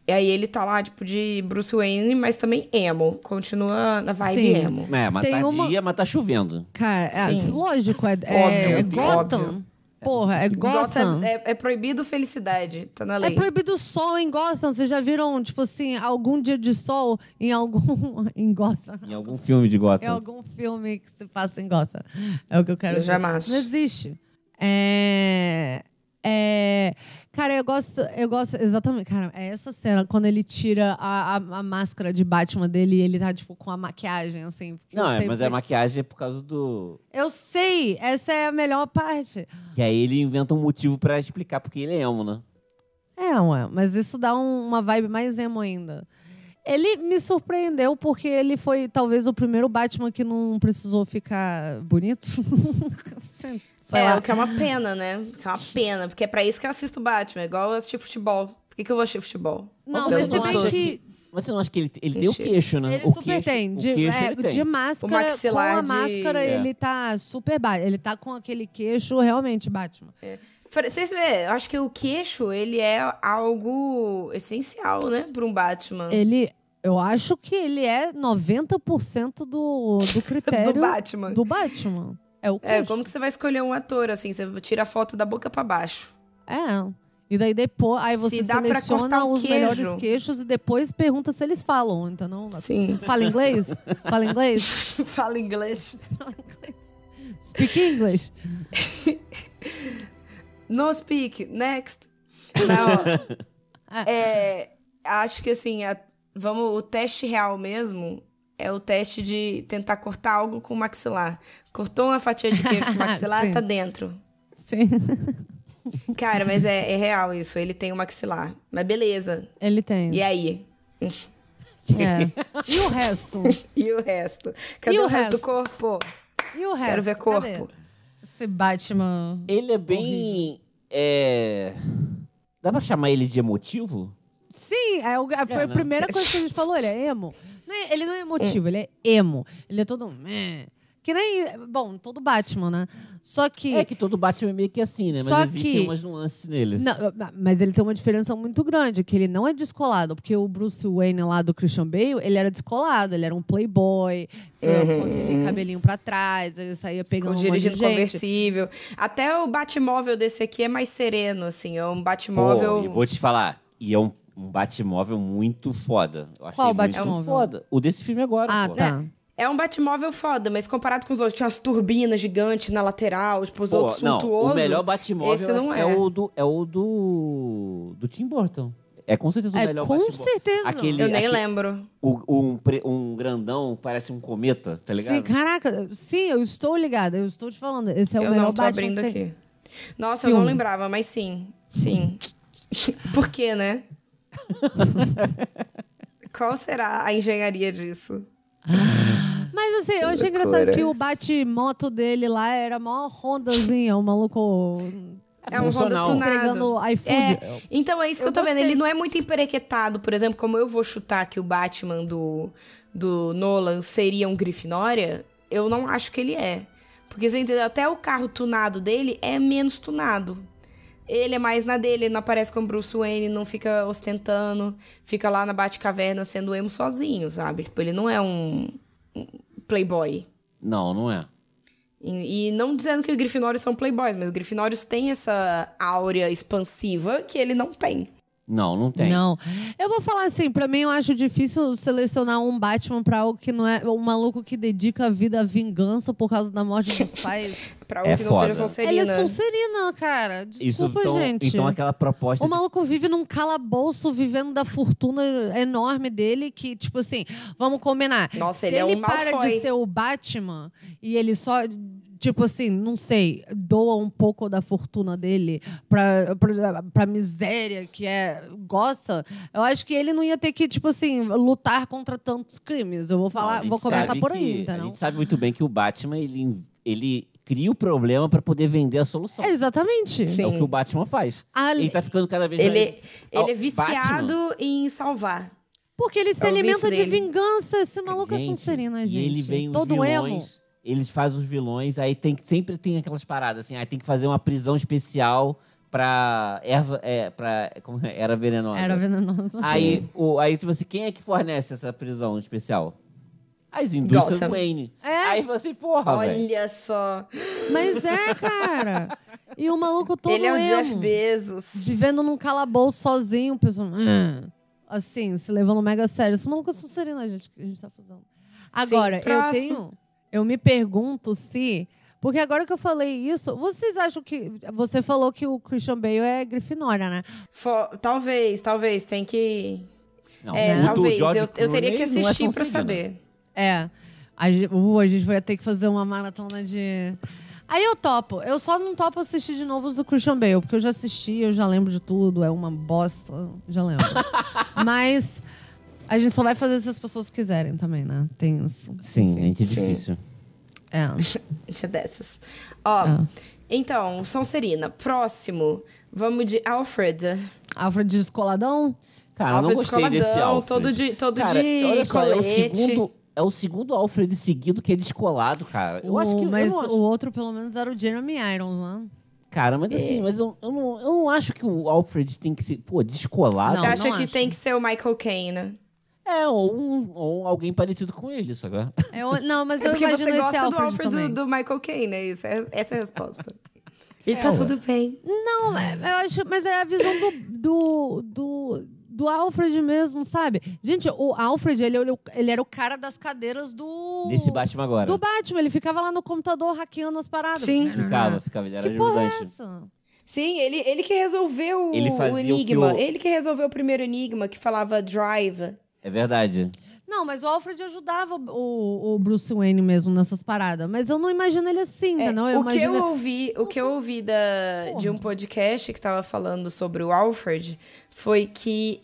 [SPEAKER 2] E aí ele tá lá, tipo, de Bruce Wayne, mas também emo. Continua na vibe
[SPEAKER 1] Sim.
[SPEAKER 2] emo.
[SPEAKER 3] É, mas
[SPEAKER 1] Tem
[SPEAKER 3] tá
[SPEAKER 1] uma-
[SPEAKER 3] dia, mas tá chovendo.
[SPEAKER 1] Cara, é,
[SPEAKER 2] Sim.
[SPEAKER 1] lógico, é,
[SPEAKER 2] Óbvio,
[SPEAKER 1] é, é Gotham.
[SPEAKER 2] óbvio.
[SPEAKER 1] Porra, é Gotham.
[SPEAKER 2] Gotham é, é proibido felicidade, tá na
[SPEAKER 1] É
[SPEAKER 2] lei.
[SPEAKER 1] proibido o sol em Gotham. Vocês já viram, tipo assim, algum dia de sol em algum. em Gotham?
[SPEAKER 3] Em algum filme de
[SPEAKER 1] É
[SPEAKER 3] Gotham.
[SPEAKER 1] algum filme que se passa em Gotham. É o que eu quero
[SPEAKER 2] Eu
[SPEAKER 1] dizer.
[SPEAKER 2] jamais.
[SPEAKER 1] Não existe. É. É. Cara, eu gosto. Eu gosto. Exatamente. Cara, é essa cena quando ele tira a, a, a máscara de Batman dele e ele tá, tipo, com a maquiagem, assim. porque eu
[SPEAKER 3] Não, é,
[SPEAKER 1] sei
[SPEAKER 3] mas
[SPEAKER 1] porque-
[SPEAKER 3] a maquiagem é por causa do.
[SPEAKER 1] Eu sei, essa é a melhor parte.
[SPEAKER 3] Que aí ele inventa um motivo pra explicar porque ele é emo, né?
[SPEAKER 1] É, ué, mas isso dá um- uma vibe mais emo ainda. Ele me surpreendeu porque ele foi talvez o primeiro Batman que não precisou ficar bonito. Assim, Sei
[SPEAKER 2] É,
[SPEAKER 1] lá.
[SPEAKER 2] o que é uma pena, né? Que é uma pena, porque é pra isso que eu assisto Batman, igual eu assisti futebol. Por que, que eu vou assistir futebol?
[SPEAKER 1] Não,
[SPEAKER 2] Deus
[SPEAKER 1] mas
[SPEAKER 2] não
[SPEAKER 1] se bem
[SPEAKER 2] gostoso.
[SPEAKER 1] que
[SPEAKER 3] Mas você não acha que ele, ele tem o
[SPEAKER 2] Mentira.
[SPEAKER 3] queixo, né?
[SPEAKER 1] ele
[SPEAKER 3] o
[SPEAKER 1] super
[SPEAKER 3] queixo,
[SPEAKER 1] tem.
[SPEAKER 3] O
[SPEAKER 1] De,
[SPEAKER 3] queixo
[SPEAKER 1] é,
[SPEAKER 3] ele tem.
[SPEAKER 1] de máscara,
[SPEAKER 2] O maxilar
[SPEAKER 1] com a
[SPEAKER 2] de-
[SPEAKER 1] máscara,
[SPEAKER 3] É.
[SPEAKER 1] ele tá super baixo. Ele tá com aquele queixo realmente Batman.
[SPEAKER 2] Fra- Vocês vê, eu acho que o queixo, ele é algo essencial, né? Pra um Batman.
[SPEAKER 1] Ele, eu acho que ele é 90% do, do critério
[SPEAKER 2] Do Batman.
[SPEAKER 1] do Batman. É o
[SPEAKER 2] É,
[SPEAKER 1] queixo.
[SPEAKER 2] como que você vai escolher um ator, assim? Você tira a foto da boca pra baixo.
[SPEAKER 1] É. E daí depois, aí
[SPEAKER 2] Se
[SPEAKER 1] você
[SPEAKER 2] dá pra
[SPEAKER 1] seleciona
[SPEAKER 2] cortar o
[SPEAKER 1] os
[SPEAKER 2] queijo.
[SPEAKER 1] melhores queixos e depois pergunta se eles falam, então não.
[SPEAKER 2] Sim.
[SPEAKER 1] Fala inglês? Fala inglês?
[SPEAKER 2] Fala inglês.
[SPEAKER 1] Speak English.
[SPEAKER 2] No speak, next. Não, É, acho que assim, a- vamos, o teste real mesmo é o teste de tentar cortar algo com o maxilar. Cortou uma fatia de queijo com o maxilar,
[SPEAKER 1] Sim.
[SPEAKER 2] tá dentro.
[SPEAKER 1] Sim.
[SPEAKER 2] Cara, mas é, é real isso. Ele tem o maxilar. Mas beleza.
[SPEAKER 1] Ele tem.
[SPEAKER 2] E aí?
[SPEAKER 1] É. E o resto?
[SPEAKER 2] E o resto? Cadê
[SPEAKER 1] E
[SPEAKER 2] o,
[SPEAKER 1] o
[SPEAKER 2] resto do
[SPEAKER 1] resto?
[SPEAKER 2] corpo?
[SPEAKER 1] E o resto?
[SPEAKER 2] Quero ver
[SPEAKER 1] Cadê?
[SPEAKER 2] corpo.
[SPEAKER 1] Esse Batman.
[SPEAKER 3] Ele é bem. É. Dá pra chamar ele de emotivo?
[SPEAKER 1] Sim, é o- foi a
[SPEAKER 3] né?
[SPEAKER 1] primeira coisa que a gente falou, ele é emo. Não é- Ele não é emotivo, ele é emo. Ele é todo. meh. Que nem. Bom, todo Batman, né? Só que.
[SPEAKER 3] É que todo Batman é meio que assim, né? Mas
[SPEAKER 1] Só
[SPEAKER 3] existem
[SPEAKER 1] que-
[SPEAKER 3] umas nuances nele.
[SPEAKER 1] Não, mas ele tem uma diferença muito grande, que ele não é descolado, porque o Bruce Wayne lá do Christian Bale, ele era descolado, ele era um playboy, é, com aquele cabelinho pra trás, ele saía pegando um monte de
[SPEAKER 2] Uhum, dirigindo
[SPEAKER 1] gente.
[SPEAKER 2] conversível. Até o Batmóvel desse aqui é mais sereno, assim. É um
[SPEAKER 3] Pô,
[SPEAKER 2] Batmóvel.
[SPEAKER 3] e vou te falar. E é um, um Batmóvel muito foda. Eu achei
[SPEAKER 1] Qual
[SPEAKER 3] muito
[SPEAKER 1] Batmóvel?
[SPEAKER 3] foda. O desse filme agora,
[SPEAKER 1] Ah,
[SPEAKER 3] pô.
[SPEAKER 1] tá.
[SPEAKER 2] É um Batmóvel foda, mas comparado com os outros, tinha umas turbinas gigantes na lateral, tipo, os
[SPEAKER 3] Pô,
[SPEAKER 2] outros
[SPEAKER 3] não,
[SPEAKER 2] suntuosos.
[SPEAKER 3] o melhor
[SPEAKER 2] Esse
[SPEAKER 3] Batmóvel
[SPEAKER 2] não
[SPEAKER 3] é.
[SPEAKER 2] é.
[SPEAKER 3] o do é o do do Tim Burton. É com certeza o
[SPEAKER 1] É,
[SPEAKER 3] melhor
[SPEAKER 1] com
[SPEAKER 3] Batmóvel.
[SPEAKER 1] certeza.
[SPEAKER 3] Aquele,
[SPEAKER 2] Eu nem
[SPEAKER 3] aque-
[SPEAKER 2] lembro.
[SPEAKER 3] o- um, pre- um grandão parece um cometa, tá ligado?
[SPEAKER 1] Sim, caraca, sim, eu estou ligada, eu estou te falando. Esse é o
[SPEAKER 2] eu
[SPEAKER 1] melhor
[SPEAKER 2] não tô
[SPEAKER 1] Batman
[SPEAKER 2] abrindo
[SPEAKER 1] que tem.
[SPEAKER 2] aqui. Nossa, eu
[SPEAKER 1] Filme.
[SPEAKER 2] não lembrava, mas sim. Sim. Por quê, né? Qual será a engenharia disso?
[SPEAKER 1] Mas assim, eu achei
[SPEAKER 2] loucura.
[SPEAKER 1] engraçado que o bate-moto dele lá era a maior Hondazinha, o maluco
[SPEAKER 2] É um Honda
[SPEAKER 3] Funcional.
[SPEAKER 2] tunado.
[SPEAKER 1] entregando iFood.
[SPEAKER 2] É, então é isso que eu,
[SPEAKER 1] Eu
[SPEAKER 2] tô vendo.
[SPEAKER 1] gostei.
[SPEAKER 2] Ele não é muito emperequetado, por exemplo, como eu vou chutar que o Batman do, do Nolan seria um Grifinória, eu não acho que ele é. Porque você entendeu? Até o carro tunado dele é menos tunado. Ele é mais na dele, ele não aparece como Bruce Wayne, não fica ostentando, fica lá na Batcaverna sendo emo sozinho, sabe? Tipo, ele não é um, um playboy.
[SPEAKER 3] Não, não é.
[SPEAKER 2] E, e não dizendo que os Grifinórios são playboys, mas os Grifinórios têm essa áurea expansiva que ele não tem.
[SPEAKER 3] Não, não tem.
[SPEAKER 1] Não. Eu vou falar assim, pra mim eu acho difícil selecionar um Batman pra algo que não é um maluco que dedica a vida à vingança por causa da morte dos pais.
[SPEAKER 2] Pra algo
[SPEAKER 3] É
[SPEAKER 2] que não
[SPEAKER 3] foda.
[SPEAKER 2] seja
[SPEAKER 1] Ele
[SPEAKER 2] Sonserina.
[SPEAKER 1] é Sonserina, cara.
[SPEAKER 3] Isso
[SPEAKER 1] Desculpa,
[SPEAKER 3] então,
[SPEAKER 1] gente.
[SPEAKER 3] então aquela proposta
[SPEAKER 1] O
[SPEAKER 3] de-
[SPEAKER 1] maluco vive num calabouço, vivendo da fortuna enorme dele, que, tipo assim, vamos combinar.
[SPEAKER 2] Nossa,
[SPEAKER 1] Se
[SPEAKER 2] ele é um
[SPEAKER 1] para
[SPEAKER 2] Malfoy.
[SPEAKER 1] de ser o Batman e ele só, tipo assim, não sei, doa um pouco da fortuna dele pra, pra, pra miséria que é gota. Eu acho que ele não ia ter que, tipo assim, lutar contra tantos crimes. Eu vou
[SPEAKER 3] Não, a
[SPEAKER 1] falar,
[SPEAKER 3] gente
[SPEAKER 1] vou começar
[SPEAKER 3] sabe
[SPEAKER 1] por
[SPEAKER 3] que-
[SPEAKER 1] aí,
[SPEAKER 3] A
[SPEAKER 1] entendeu?
[SPEAKER 3] gente sabe muito bem que o Batman ele ele cria o problema pra poder vender a solução.
[SPEAKER 1] Exatamente.
[SPEAKER 2] Sim.
[SPEAKER 3] É o que o Batman faz.
[SPEAKER 1] Ah,
[SPEAKER 3] ele tá ficando cada vez mais.
[SPEAKER 2] Ele,
[SPEAKER 3] Ao-
[SPEAKER 2] ele é viciado
[SPEAKER 3] Batman.
[SPEAKER 2] em salvar.
[SPEAKER 1] Porque ele se
[SPEAKER 2] É o
[SPEAKER 1] alimenta
[SPEAKER 2] vício
[SPEAKER 1] de
[SPEAKER 2] dele.
[SPEAKER 1] vingança. Esse maluco é Sonserina, gente.
[SPEAKER 3] E ele vem os
[SPEAKER 1] Todo emo.
[SPEAKER 3] vilões. Eles fazem os vilões, aí tem, sempre tem aquelas paradas assim, aí tem que fazer uma prisão especial pra erva. É, pra, como é? Era venenosa.
[SPEAKER 1] Era venenosa.
[SPEAKER 3] Aí, o, aí, tipo assim, quem é que fornece essa prisão especial? As indústrias
[SPEAKER 2] Gotham.
[SPEAKER 3] do Wayne.
[SPEAKER 1] É.
[SPEAKER 3] Aí você, assim, porra, velho.
[SPEAKER 2] Olha só.
[SPEAKER 1] Mas é, cara. E o maluco todo um.
[SPEAKER 2] ele é o
[SPEAKER 1] emo,
[SPEAKER 2] Jeff Bezos.
[SPEAKER 1] Vivendo num calabouço sozinho, pensando... "Ah", assim, se levando mega a sério. Esse maluco é Sonserina, gente, que a gente tá fazendo. Agora, eu
[SPEAKER 2] próximo.
[SPEAKER 1] tenho... Eu me pergunto se... Porque agora que eu falei isso, vocês acham que... Você falou que o Christian Bale é Grifinória, né?
[SPEAKER 2] Fo- talvez, talvez. Tem que.
[SPEAKER 3] Não,
[SPEAKER 2] é,
[SPEAKER 3] o do
[SPEAKER 2] talvez.
[SPEAKER 3] George
[SPEAKER 2] Eu, eu teria
[SPEAKER 3] Clooney
[SPEAKER 2] que
[SPEAKER 3] não é
[SPEAKER 2] assistir pra
[SPEAKER 3] Sonserina.
[SPEAKER 2] saber.
[SPEAKER 1] É. A gente, uh, a gente vai ter que fazer uma maratona de. Aí eu topo. Eu só não topo assistir de novo os do Christian Bale, porque eu já assisti, eu já lembro de tudo, é uma bosta. Já lembro. Mas a gente só vai fazer se as pessoas quiserem também, né? Tem isso.
[SPEAKER 3] Sim, gente, é difícil.
[SPEAKER 1] É.
[SPEAKER 2] Tinha dessas. Ó,
[SPEAKER 1] Ah.
[SPEAKER 2] então, Sonserina. Próximo. Vamos de Alfred.
[SPEAKER 1] Alfred descoladão?
[SPEAKER 3] Cara, eu não
[SPEAKER 2] Alfred
[SPEAKER 3] gostei desse
[SPEAKER 2] Escoladão,
[SPEAKER 3] Alfred.
[SPEAKER 2] todo de- todo
[SPEAKER 3] cara,
[SPEAKER 2] de
[SPEAKER 3] olha só, é o
[SPEAKER 2] colete.
[SPEAKER 3] segundo... É o segundo Alfred seguido que é descolado, cara. Eu acho que... eu
[SPEAKER 1] mas
[SPEAKER 3] não acho-
[SPEAKER 1] o outro, pelo menos, era o Jeremy Irons, né?
[SPEAKER 3] Cara, mas assim,
[SPEAKER 2] É.
[SPEAKER 3] mas eu, eu, não, eu não acho que o Alfred tem que ser, pô, descolado.
[SPEAKER 1] Não,
[SPEAKER 2] Você acha
[SPEAKER 1] não
[SPEAKER 2] que
[SPEAKER 1] acho.
[SPEAKER 2] tem que ser o Michael Caine?
[SPEAKER 3] É, ou, um, ou alguém parecido com ele, isso agora.
[SPEAKER 1] Eu- não, mas
[SPEAKER 2] É
[SPEAKER 1] eu
[SPEAKER 2] porque
[SPEAKER 1] imagino
[SPEAKER 2] você
[SPEAKER 1] esse
[SPEAKER 2] gosta
[SPEAKER 1] Alfred
[SPEAKER 2] do Alfred
[SPEAKER 1] também.
[SPEAKER 2] do, do Michael Caine, é isso. É- Essa é a resposta. E tá tudo bem.
[SPEAKER 1] Não, é-
[SPEAKER 3] Né?
[SPEAKER 1] eu acho, mas é a visão do, do, do, do Alfred mesmo, sabe? Gente, o Alfred, ele, ele, ele era o cara das cadeiras do.
[SPEAKER 3] Desse Batman agora.
[SPEAKER 1] Do Batman, ele ficava lá no computador hackeando as paradas. Né?
[SPEAKER 2] Sim.
[SPEAKER 3] Ficava, ficava, ele era
[SPEAKER 1] Que porra é
[SPEAKER 3] ajudante.
[SPEAKER 1] essa?
[SPEAKER 2] Sim, ele, ele que resolveu
[SPEAKER 3] Ele
[SPEAKER 2] o- o
[SPEAKER 3] fazia o que
[SPEAKER 2] enigma.
[SPEAKER 3] o-
[SPEAKER 2] Ele que resolveu o primeiro enigma, que falava drive.
[SPEAKER 3] É verdade.
[SPEAKER 1] Não, mas o Alfred ajudava o, o Bruce Wayne mesmo nessas paradas. Mas eu não imagino ele assim,
[SPEAKER 2] É,
[SPEAKER 1] não. Eu
[SPEAKER 2] o, que
[SPEAKER 1] imagino...
[SPEAKER 2] eu ouvi, o que eu ouvi da, de um podcast que tava falando sobre o Alfred foi que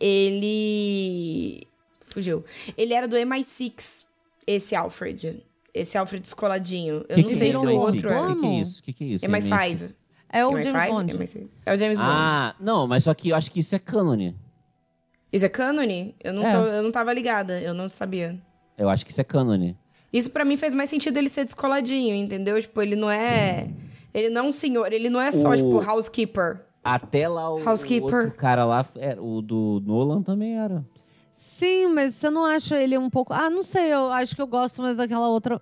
[SPEAKER 2] ele. Fugiu. Ele era do MI6, esse Alfred. Esse Alfred descoladinho. Eu
[SPEAKER 3] Que
[SPEAKER 2] não
[SPEAKER 3] que
[SPEAKER 2] sei
[SPEAKER 3] é
[SPEAKER 2] se
[SPEAKER 3] isso,
[SPEAKER 2] o
[SPEAKER 1] MI6?
[SPEAKER 2] outro
[SPEAKER 3] O
[SPEAKER 2] é.
[SPEAKER 3] que, que é isso? O que, que é isso?
[SPEAKER 2] MI5.
[SPEAKER 1] É o James
[SPEAKER 2] MI5?
[SPEAKER 1] Bond.
[SPEAKER 2] MI6. É o James Bond.
[SPEAKER 3] Ah, não, mas só que eu acho que isso é cânone.
[SPEAKER 2] Isso é cânone? Eu não,
[SPEAKER 3] É.
[SPEAKER 2] tô- eu não tava ligada, eu não sabia.
[SPEAKER 3] Eu acho que isso é cânone.
[SPEAKER 2] Isso pra mim faz mais sentido ele ser descoladinho, entendeu? Tipo, ele não é. Ele não é um senhor, ele não é só,
[SPEAKER 3] O-
[SPEAKER 2] tipo, housekeeper.
[SPEAKER 3] Até lá o, o
[SPEAKER 2] Housekeeper.
[SPEAKER 3] outro cara lá, era- o do Nolan também era.
[SPEAKER 1] Sim, mas você não acha ele um pouco. Ah, não sei, eu acho que eu gosto mais daquela outra.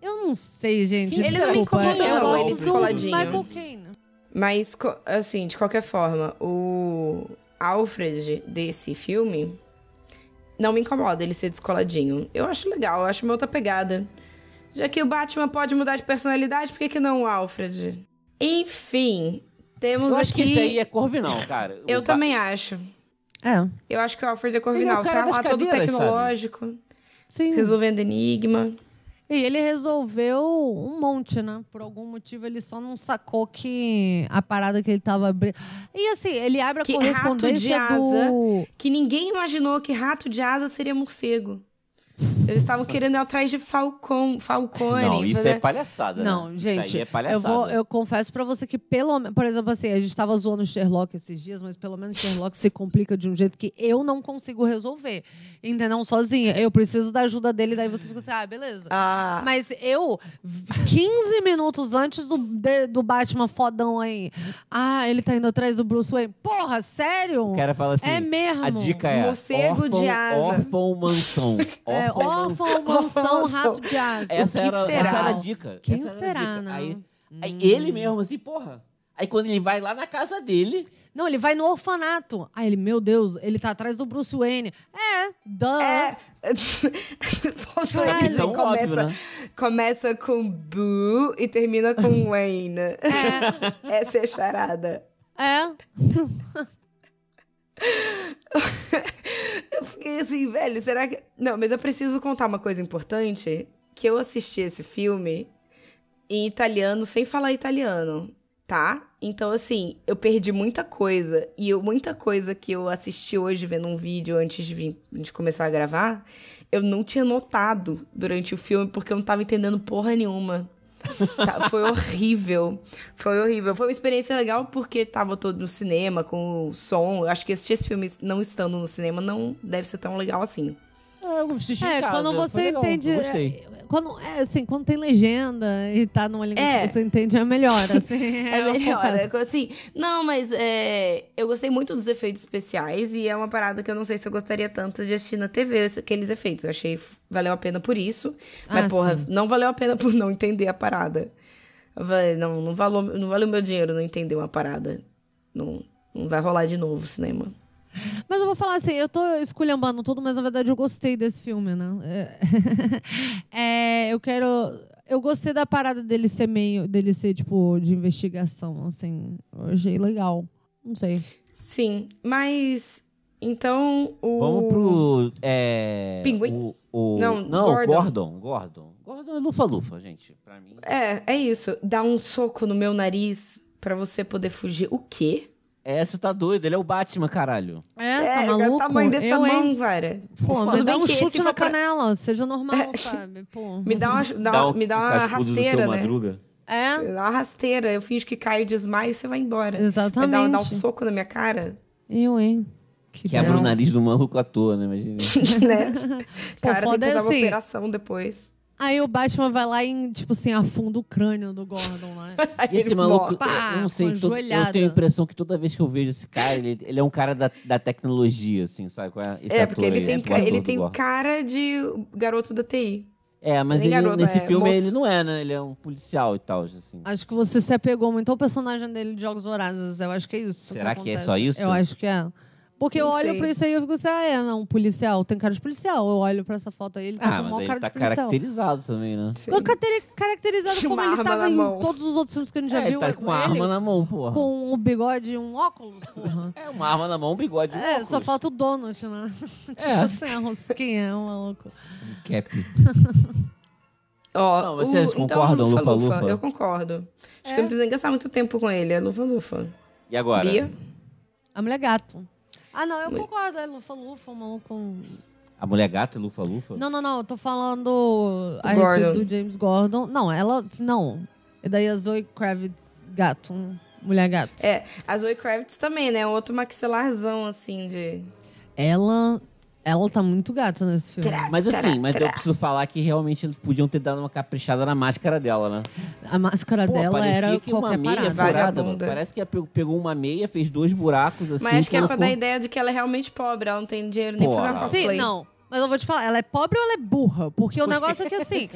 [SPEAKER 1] Eu não sei, gente.
[SPEAKER 2] Ele não me
[SPEAKER 1] desculpa,
[SPEAKER 2] incomoda,
[SPEAKER 1] eu
[SPEAKER 2] não,
[SPEAKER 1] gosto
[SPEAKER 2] ele
[SPEAKER 1] do
[SPEAKER 2] descoladinho.
[SPEAKER 1] Michael Caine.
[SPEAKER 2] Mas, co- assim, de qualquer forma, o Alfred desse filme não me incomoda ele ser descoladinho. Eu acho legal, eu acho uma outra pegada. Já que o Batman pode mudar de personalidade, por que, que não o Alfred? Enfim, temos
[SPEAKER 3] Eu acho que
[SPEAKER 2] aqui.
[SPEAKER 3] isso aí é Corvinal, cara.
[SPEAKER 2] Eu
[SPEAKER 3] O ba-
[SPEAKER 2] também acho.
[SPEAKER 1] É,
[SPEAKER 2] Eu acho que o Alfred é
[SPEAKER 3] Ele é
[SPEAKER 2] Corvinal.
[SPEAKER 3] o cara
[SPEAKER 2] Tá
[SPEAKER 3] das
[SPEAKER 2] lá todo
[SPEAKER 3] cadeiras, sabe?
[SPEAKER 2] tecnológico,
[SPEAKER 1] sim.
[SPEAKER 2] resolvendo enigma.
[SPEAKER 1] E ele resolveu um monte, né? Por algum motivo ele só não sacou que a parada que ele tava abrindo. E assim, ele abre a
[SPEAKER 2] Que
[SPEAKER 3] é
[SPEAKER 1] correspondência
[SPEAKER 2] rato de asa.
[SPEAKER 1] do.
[SPEAKER 2] Que ninguém imaginou que rato de asa seria morcego. Eles estavam querendo ir atrás de Falcon, Falcone.
[SPEAKER 3] Não, isso
[SPEAKER 2] fazer-
[SPEAKER 3] é palhaçada.
[SPEAKER 1] Não,
[SPEAKER 3] né?
[SPEAKER 1] gente,
[SPEAKER 3] Isso aí é
[SPEAKER 1] eu,
[SPEAKER 3] palhaçada.
[SPEAKER 1] vou, eu confesso pra você que pelo menos, por exemplo, assim, a gente tava zoando o Sherlock esses dias, mas pelo menos o Sherlock se complica de um jeito que eu não consigo resolver, entendeu? Sozinha, eu preciso da ajuda dele, daí você fica assim, ah, beleza.
[SPEAKER 2] Ah,
[SPEAKER 1] Mas eu, 15 minutos antes do, de- do Batman fodão aí, ah, ele tá indo atrás do Bruce Wayne. Porra, sério?
[SPEAKER 3] O cara fala assim,
[SPEAKER 1] É mesmo.
[SPEAKER 3] a dica é
[SPEAKER 2] Morcego de
[SPEAKER 3] órfão-
[SPEAKER 2] asa.
[SPEAKER 3] Órfão mansão.
[SPEAKER 1] É,
[SPEAKER 3] Órfão mansão.
[SPEAKER 1] órfão, mansão,
[SPEAKER 2] Órfão,
[SPEAKER 1] rato de asa.
[SPEAKER 3] Essa
[SPEAKER 2] O que
[SPEAKER 3] era,
[SPEAKER 2] será?
[SPEAKER 3] essa era a dica.
[SPEAKER 1] Quem
[SPEAKER 3] Essa era a
[SPEAKER 1] será,
[SPEAKER 3] dica.
[SPEAKER 1] né?
[SPEAKER 3] Aí, aí ele mesmo, assim, porra. Aí quando ele vai lá na casa dele,
[SPEAKER 1] Não, ele vai no orfanato. Aí ele, meu Deus, ele tá atrás do Bruce Wayne. É, duh.
[SPEAKER 2] é. Volta aí,
[SPEAKER 1] Caralho.
[SPEAKER 2] você
[SPEAKER 3] Então,
[SPEAKER 2] começa,
[SPEAKER 3] óbvio, né?
[SPEAKER 2] começa com Boo e termina com Wayne. Essa é a charada.
[SPEAKER 1] É.
[SPEAKER 2] Eu fiquei assim, velho, será que. Não, mas eu preciso contar uma coisa importante: que eu assisti esse filme em italiano sem falar italiano, tá? Então, assim, eu perdi muita coisa. E eu- muita coisa que eu assisti hoje vendo um vídeo antes de, vir, de começar a gravar, eu não tinha notado durante o filme, porque eu não tava entendendo porra nenhuma. Tá, foi horrível. Foi horrível. Foi uma experiência legal porque tava todo no cinema, com o som. Eu acho que assistir esse filme não estando no cinema não deve ser tão legal assim.
[SPEAKER 3] ah, eu assisti
[SPEAKER 1] É,
[SPEAKER 3] em casa.
[SPEAKER 1] quando
[SPEAKER 3] foi
[SPEAKER 1] você
[SPEAKER 3] legal,
[SPEAKER 1] entende.
[SPEAKER 3] eu Gostei.
[SPEAKER 1] é, Quando, é assim, quando tem legenda e tá numa língua
[SPEAKER 2] É.
[SPEAKER 1] que você entende, é melhor. Assim,
[SPEAKER 2] É
[SPEAKER 1] eu
[SPEAKER 2] melhor.
[SPEAKER 1] confesso.
[SPEAKER 2] é co- Assim, não, mas é, eu gostei muito dos efeitos especiais e é uma parada que eu não sei se eu gostaria tanto de assistir na TV, esse- aqueles efeitos. Eu achei f- valeu a pena por isso. Mas,
[SPEAKER 1] Ah,
[SPEAKER 2] porra,
[SPEAKER 1] sim.
[SPEAKER 2] não valeu a pena por não entender a parada. Vai, Não, não, valou, não valeu meu dinheiro não entender uma parada. Não, não vai rolar de novo o cinema.
[SPEAKER 1] Mas eu vou falar assim, eu tô esculhambando tudo, mas na verdade eu gostei desse filme, né? É, é, eu quero. Eu gostei da parada dele ser meio. dele ser, tipo, de investigação, assim. Eu achei legal. Não sei.
[SPEAKER 2] Sim, mas. Então, o.
[SPEAKER 3] Vamos pro. É,
[SPEAKER 2] Pinguim?
[SPEAKER 3] O, o-
[SPEAKER 2] Não,
[SPEAKER 3] não
[SPEAKER 2] Gordon.
[SPEAKER 3] Gordon. Gordon. Gordon é lufa-lufa, gente. Pra mim.
[SPEAKER 2] É, é isso. Dá um soco no meu nariz pra você poder fugir. O quê?
[SPEAKER 3] É, você tá doido. Ele é o Batman, caralho.
[SPEAKER 1] É,
[SPEAKER 2] é,
[SPEAKER 1] tá
[SPEAKER 2] é
[SPEAKER 1] maluco?
[SPEAKER 2] o tamanho dessa
[SPEAKER 1] eu, hein?
[SPEAKER 2] mão, cara.
[SPEAKER 1] Pô, me
[SPEAKER 2] Tudo
[SPEAKER 1] dá
[SPEAKER 2] bem
[SPEAKER 1] um
[SPEAKER 2] que
[SPEAKER 1] chute
[SPEAKER 2] esse
[SPEAKER 1] na
[SPEAKER 2] foi pra-
[SPEAKER 1] canela, seja normal, sabe? Pô.
[SPEAKER 2] Me dá uma, dá uma- me dá uma
[SPEAKER 3] um cascudo do seu
[SPEAKER 2] rasteira, né?
[SPEAKER 3] Madruga.
[SPEAKER 1] É,
[SPEAKER 2] Me dá uma rasteira. Eu finjo que caio, desmaio e você vai embora.
[SPEAKER 1] Exatamente.
[SPEAKER 2] Vai dar, dar um soco na minha cara, né?
[SPEAKER 1] eu, hein? Que
[SPEAKER 3] Quebra
[SPEAKER 1] bom.
[SPEAKER 3] o nariz é do maluco à toa, né? Imagina.
[SPEAKER 2] né?
[SPEAKER 1] Pô,
[SPEAKER 2] cara, tem
[SPEAKER 1] foda
[SPEAKER 2] que usar uma
[SPEAKER 1] assim.
[SPEAKER 2] operação depois.
[SPEAKER 1] Aí o Batman vai lá e, tipo assim, afunda o crânio do Gordon lá.
[SPEAKER 2] Aí
[SPEAKER 3] E esse
[SPEAKER 2] ele
[SPEAKER 3] maluco,
[SPEAKER 2] morre.
[SPEAKER 1] Pá,
[SPEAKER 3] eu não sei,
[SPEAKER 1] com
[SPEAKER 3] todo- eu
[SPEAKER 1] joelhada.
[SPEAKER 3] tenho a impressão que toda vez que eu vejo esse cara, ele, ele é um cara da, da tecnologia, assim, sabe? Qual é esse
[SPEAKER 2] É,
[SPEAKER 3] ator
[SPEAKER 2] porque ele
[SPEAKER 3] aí,
[SPEAKER 2] tem,
[SPEAKER 3] o
[SPEAKER 2] ca-
[SPEAKER 3] ator
[SPEAKER 2] ele
[SPEAKER 3] do
[SPEAKER 2] tem
[SPEAKER 3] Gordon.
[SPEAKER 2] cara de garoto da TI.
[SPEAKER 3] É, mas
[SPEAKER 2] nem
[SPEAKER 3] ele,
[SPEAKER 2] garoto,
[SPEAKER 3] nesse
[SPEAKER 2] é
[SPEAKER 3] filme
[SPEAKER 2] moço. Ah,
[SPEAKER 3] ele não é, né? Ele é um policial e tal, assim.
[SPEAKER 1] Acho que você se apegou muito ao personagem dele de Jogos Vorazes. Eu acho que é isso.
[SPEAKER 3] Será que é
[SPEAKER 1] acontece.
[SPEAKER 3] só isso?
[SPEAKER 1] Eu acho que é. Porque eu
[SPEAKER 2] Não
[SPEAKER 1] olho
[SPEAKER 2] sei.
[SPEAKER 1] pra isso aí e eu fico assim, ah, é, não, policial, tem cara de policial. Eu olho pra essa foto aí, ele tá
[SPEAKER 3] Ah,
[SPEAKER 1] com
[SPEAKER 3] mas
[SPEAKER 1] maior
[SPEAKER 3] aí
[SPEAKER 1] cara
[SPEAKER 3] ele tá
[SPEAKER 1] de policial.
[SPEAKER 3] caracterizado também, né?
[SPEAKER 2] Sim.
[SPEAKER 1] Tô cateri- caracterizado
[SPEAKER 2] Tinha
[SPEAKER 1] como
[SPEAKER 2] uma
[SPEAKER 1] ele
[SPEAKER 2] arma
[SPEAKER 1] tava
[SPEAKER 2] na
[SPEAKER 1] em
[SPEAKER 2] mão.
[SPEAKER 1] todos os outros filmes que a gente já
[SPEAKER 3] É, ele
[SPEAKER 1] viu.
[SPEAKER 3] tá com uma arma na mão, porra.
[SPEAKER 1] Com um bigode e um óculos, porra.
[SPEAKER 3] É, uma arma na mão, um bigode. um
[SPEAKER 1] É, só
[SPEAKER 3] óculos.
[SPEAKER 1] falta o donut, né?
[SPEAKER 3] É.
[SPEAKER 1] Tipo assim, a rosquinha, é um maluco.
[SPEAKER 3] Cap.
[SPEAKER 2] Ó,
[SPEAKER 3] Não, vocês
[SPEAKER 2] o- então,
[SPEAKER 3] concordam,
[SPEAKER 2] Lufa
[SPEAKER 3] Lufa
[SPEAKER 2] Lufa? É?
[SPEAKER 3] Lufa?
[SPEAKER 2] Eu concordo. Acho que eu não preciso nem gastar muito tempo com ele. É Lufa Lufa.
[SPEAKER 3] E agora?
[SPEAKER 2] Bia?
[SPEAKER 1] A mulher é gato. Ah, não, eu concordo. É lufa-lufa, o maluco.
[SPEAKER 3] A mulher gata e Lufa Lufa?
[SPEAKER 1] Não, não, não. Eu tô falando a
[SPEAKER 2] Gordon.
[SPEAKER 1] respeito do James Gordon. Não, ela. Não. E daí a Zoe Kravitz, gato. Mulher gato.
[SPEAKER 2] É, a Zoe Kravitz também, né? Outro maxilarzão, assim, de...
[SPEAKER 1] Ela. Ela tá muito gata nesse filme.
[SPEAKER 3] Mas assim, mas eu preciso falar que realmente eles podiam ter dado uma caprichada na máscara dela, né?
[SPEAKER 1] A máscara
[SPEAKER 3] Pô,
[SPEAKER 1] dela
[SPEAKER 3] parecia
[SPEAKER 1] era
[SPEAKER 3] que uma
[SPEAKER 1] qualquer
[SPEAKER 3] meia
[SPEAKER 1] parada.
[SPEAKER 3] furada. mano.
[SPEAKER 2] Vagabunda.
[SPEAKER 3] Parece que ela pe- pegou uma meia, fez dois buracos assim.
[SPEAKER 2] Mas acho que é pra
[SPEAKER 3] colocou-
[SPEAKER 2] dar a ideia de que ela é realmente pobre. Ela não tem dinheiro nem
[SPEAKER 3] Pô,
[SPEAKER 2] pra fazer uma
[SPEAKER 3] ela-
[SPEAKER 1] Sim,
[SPEAKER 2] cosplay.
[SPEAKER 1] não. Mas eu vou te falar, ela é pobre ou ela é burra? Porque o negócio é que assim,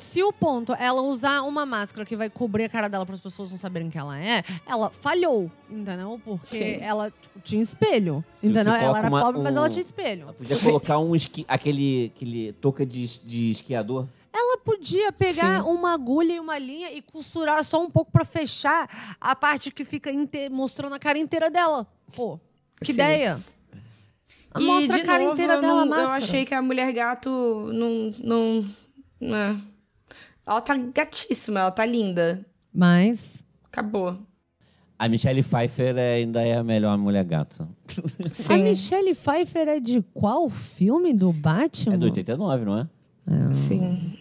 [SPEAKER 1] se o ponto é ela usar uma máscara que vai cobrir a cara dela para as pessoas não saberem quem ela é, ela falhou, entendeu? Porque
[SPEAKER 2] Sim.
[SPEAKER 1] ela tipo, tinha espelho,
[SPEAKER 3] Se você
[SPEAKER 1] entendeu? Ela
[SPEAKER 3] coloca
[SPEAKER 1] era
[SPEAKER 3] uma-
[SPEAKER 1] pobre, mas
[SPEAKER 3] um-
[SPEAKER 1] ela tinha espelho.
[SPEAKER 3] Podia colocar um esqui... aquele, aquele touca de, es- de esquiador.
[SPEAKER 1] Ela podia pegar uma agulha e uma linha e costurar só um pouco para fechar a parte que fica inte- mostrando a cara inteira dela. Pô, que
[SPEAKER 2] Sim.
[SPEAKER 1] ideia.
[SPEAKER 2] E,
[SPEAKER 1] Mostra
[SPEAKER 2] de
[SPEAKER 1] a cara
[SPEAKER 2] novo,
[SPEAKER 1] inteira
[SPEAKER 2] eu,
[SPEAKER 1] dela, a
[SPEAKER 2] não, eu
[SPEAKER 1] máscara.
[SPEAKER 2] achei que a mulher gato não... não né? Ela tá gatíssima, ela tá linda.
[SPEAKER 1] Mas
[SPEAKER 2] Acabou.
[SPEAKER 3] A Michelle Pfeiffer é- ainda é a melhor mulher gata.
[SPEAKER 1] A
[SPEAKER 2] Sim,
[SPEAKER 1] Michelle Pfeiffer é de qual filme do Batman?
[SPEAKER 3] É do 89, não é?
[SPEAKER 2] sim.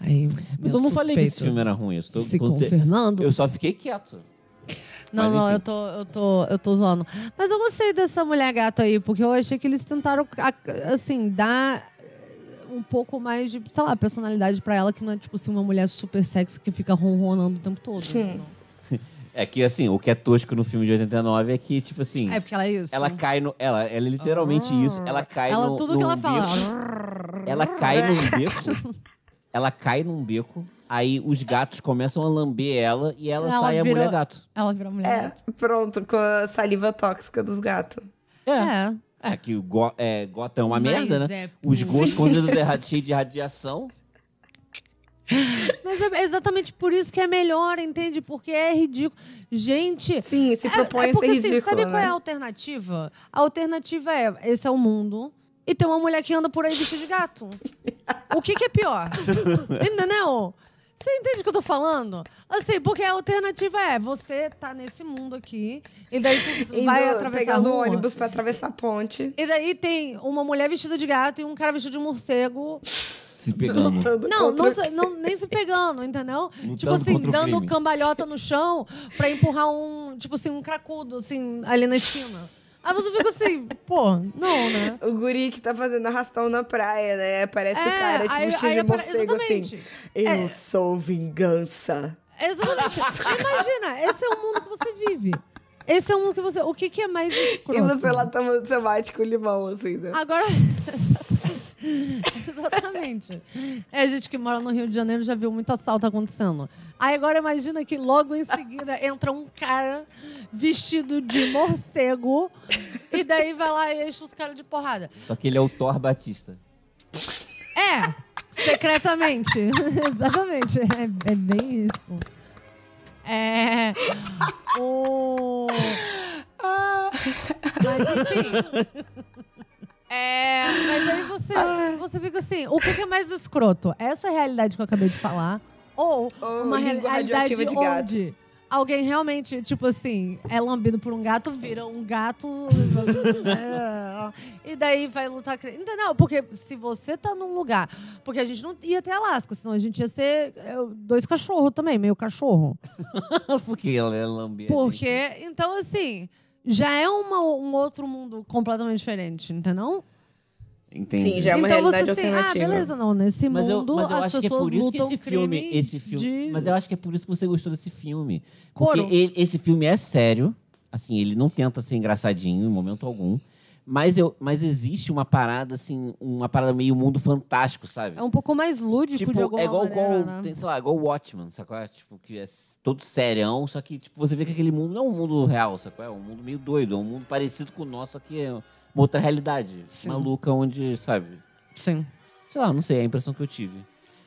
[SPEAKER 1] Aí,
[SPEAKER 3] Mas
[SPEAKER 1] meus
[SPEAKER 3] eu não falei que esse
[SPEAKER 1] suspeitos
[SPEAKER 3] filme era ruim. Eu, estou-
[SPEAKER 1] Se
[SPEAKER 3] quando você-
[SPEAKER 1] confirmando?
[SPEAKER 3] eu só fiquei quieto.
[SPEAKER 1] Não,
[SPEAKER 3] mas
[SPEAKER 1] não,
[SPEAKER 3] enfim.
[SPEAKER 1] eu tô, eu, tô, eu tô zoando. Mas eu gostei dessa mulher gata aí, porque eu achei que eles tentaram, a- assim, dar um pouco mais de, sei lá, personalidade pra ela, que não é, tipo assim, uma mulher super sexy que fica ronronando o tempo todo.
[SPEAKER 2] Sim.
[SPEAKER 3] É que, assim, o que é tosco no filme de 89 é que, tipo assim...
[SPEAKER 1] É, porque ela é isso.
[SPEAKER 3] Ela cai no... Ela, ela é literalmente isso. Ela cai
[SPEAKER 1] Ela-
[SPEAKER 3] no
[SPEAKER 1] tudo que
[SPEAKER 3] num
[SPEAKER 1] ela fala.
[SPEAKER 3] beco. Ela cai num beco. ela cai num beco. Aí os gatos começam a lamber ela e ela,
[SPEAKER 1] Ela
[SPEAKER 3] sai
[SPEAKER 1] virou-
[SPEAKER 3] a mulher gato.
[SPEAKER 1] Ela vira mulher
[SPEAKER 2] É,
[SPEAKER 1] gata.
[SPEAKER 2] pronto, com a saliva tóxica dos gatos.
[SPEAKER 3] É.
[SPEAKER 1] É.
[SPEAKER 3] É, que o go, é, Gotham é uma
[SPEAKER 1] Mas
[SPEAKER 3] merda, né?
[SPEAKER 1] é
[SPEAKER 3] Os gostos conduzidos é cheio de radiação.
[SPEAKER 1] Mas é exatamente por isso que é melhor, entende? Porque é ridículo. Gente,
[SPEAKER 2] Sim, se propõe
[SPEAKER 1] é
[SPEAKER 2] a ser
[SPEAKER 1] porque, Assim,
[SPEAKER 2] ridículo,
[SPEAKER 1] sabe qual é a
[SPEAKER 2] né?
[SPEAKER 1] alternativa? A alternativa é, esse é o mundo, e tem uma mulher que anda por aí vestida de gato. O que, que é pior? Entendeu? Você entende o que eu tô falando? Assim, porque a alternativa é, você tá nesse mundo aqui, e daí você
[SPEAKER 2] Indo,
[SPEAKER 1] vai atravessar a
[SPEAKER 2] pegando
[SPEAKER 1] rua.
[SPEAKER 2] ônibus pra atravessar a ponte.
[SPEAKER 1] E daí tem uma mulher vestida de gato e um cara vestido de morcego
[SPEAKER 3] Se pegando.
[SPEAKER 2] lutando
[SPEAKER 1] não,
[SPEAKER 2] contra-
[SPEAKER 1] não, se- não, nem se pegando, entendeu?
[SPEAKER 3] Lutando
[SPEAKER 1] tipo assim,
[SPEAKER 3] contra o
[SPEAKER 1] dando
[SPEAKER 3] crime.
[SPEAKER 1] cambalhota no chão pra empurrar um, tipo assim, um cracudo, assim, ali na esquina. Aí você fica assim, pô, não, né?
[SPEAKER 2] O guri que tá fazendo arrastão na praia, né? Parece o
[SPEAKER 1] É,
[SPEAKER 2] cara, tipo,
[SPEAKER 1] aí-
[SPEAKER 2] vestido
[SPEAKER 1] aí
[SPEAKER 2] de
[SPEAKER 1] apare-
[SPEAKER 2] morcego, assim.
[SPEAKER 1] exatamente. É.
[SPEAKER 2] Eu sou vingança.
[SPEAKER 1] Exatamente. Imagina, esse é o mundo que você vive. Esse é o mundo que você. O que, que é mais escroto?
[SPEAKER 2] E você lá tomando seu mate com limão, assim, né?
[SPEAKER 1] Agora. Exatamente. É, a gente que mora no Rio de Janeiro já viu muito assalto acontecendo. Aí agora imagina que logo em seguida entra um cara vestido de morcego e daí vai lá e enche os caras de porrada.
[SPEAKER 3] Só que ele é o Thor Batista.
[SPEAKER 1] É, secretamente. Exatamente. É, é bem isso. É. O. Mas enfim. É, mas aí você, você fica assim: o que que é mais escroto? Essa é realidade que eu acabei de falar? Ou
[SPEAKER 2] Ou
[SPEAKER 1] uma rea-
[SPEAKER 2] língua
[SPEAKER 1] realidade
[SPEAKER 2] radioativa de gato.
[SPEAKER 1] onde alguém realmente, tipo assim, é lambido por um gato, vira um gato. é, e daí vai lutar. cri- Entendeu? Porque se você tá num lugar. Porque a gente não ia ter Alasca, senão a gente ia ser é, dois cachorros também, meio cachorro.
[SPEAKER 3] Porque ela é lambida.
[SPEAKER 1] Porque, então, assim, já é uma- um outro mundo completamente diferente, entendeu?
[SPEAKER 3] Entendi.
[SPEAKER 2] Sim, já é uma
[SPEAKER 1] então
[SPEAKER 2] realidade
[SPEAKER 1] você assim,
[SPEAKER 2] alternativa.
[SPEAKER 1] ah, beleza, não. Nesse
[SPEAKER 3] Mas eu,
[SPEAKER 1] mundo,
[SPEAKER 3] mas eu
[SPEAKER 1] as
[SPEAKER 3] acho que é
[SPEAKER 1] pessoas
[SPEAKER 3] por isso que
[SPEAKER 1] lutam
[SPEAKER 3] esse filme,
[SPEAKER 1] crime
[SPEAKER 3] esse filme,
[SPEAKER 1] de-
[SPEAKER 3] mas eu acho que é por isso que você gostou desse filme, porque
[SPEAKER 1] Coro.
[SPEAKER 3] ele- esse filme é sério, assim, ele não tenta ser engraçadinho em momento algum, Mas, eu, mas existe uma parada, assim, uma parada meio mundo fantástico, sabe?
[SPEAKER 1] É um pouco mais lúdico
[SPEAKER 3] Tipo,
[SPEAKER 1] de alguma
[SPEAKER 3] é igual,
[SPEAKER 1] maneira,
[SPEAKER 3] igual
[SPEAKER 1] né?
[SPEAKER 3] tem, sei lá, igual Watchman, sacou? É, Tipo, que é s- todo serião, só que tipo, você vê que aquele mundo não é um mundo real, sacou? É um mundo meio doido, é um mundo parecido com o nosso, só que é uma outra realidade
[SPEAKER 1] Sim.
[SPEAKER 3] maluca, onde, sabe?
[SPEAKER 1] Sim.
[SPEAKER 3] Sei lá, não sei, é a impressão que eu tive.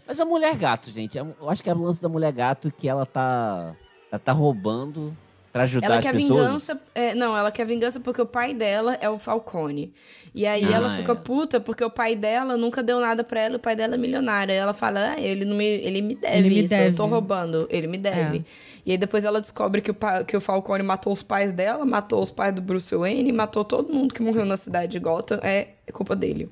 [SPEAKER 3] Mas a mulher gato, gente, é- eu acho que é o lance da mulher gato que ela tá. Ela tá roubando pra ajudar
[SPEAKER 2] Ela
[SPEAKER 3] as
[SPEAKER 2] quer
[SPEAKER 3] pessoas.
[SPEAKER 2] vingança. é, não, ela quer vingança porque o pai dela é o Falcone. E aí
[SPEAKER 3] Ah,
[SPEAKER 2] ela fica
[SPEAKER 3] é.
[SPEAKER 2] puta porque o pai dela nunca deu nada pra ela, o pai dela é milionário. Aí ela fala: ah, ele, não me, ele me deve
[SPEAKER 1] Ele me
[SPEAKER 2] isso, eu tô
[SPEAKER 1] deve.
[SPEAKER 2] roubando, ele me deve.
[SPEAKER 1] É.
[SPEAKER 2] E aí depois ela descobre que o, pa- que o Falcone matou os pais dela, matou os pais do Bruce Wayne, matou todo mundo que morreu na cidade de Gotham. É culpa dele.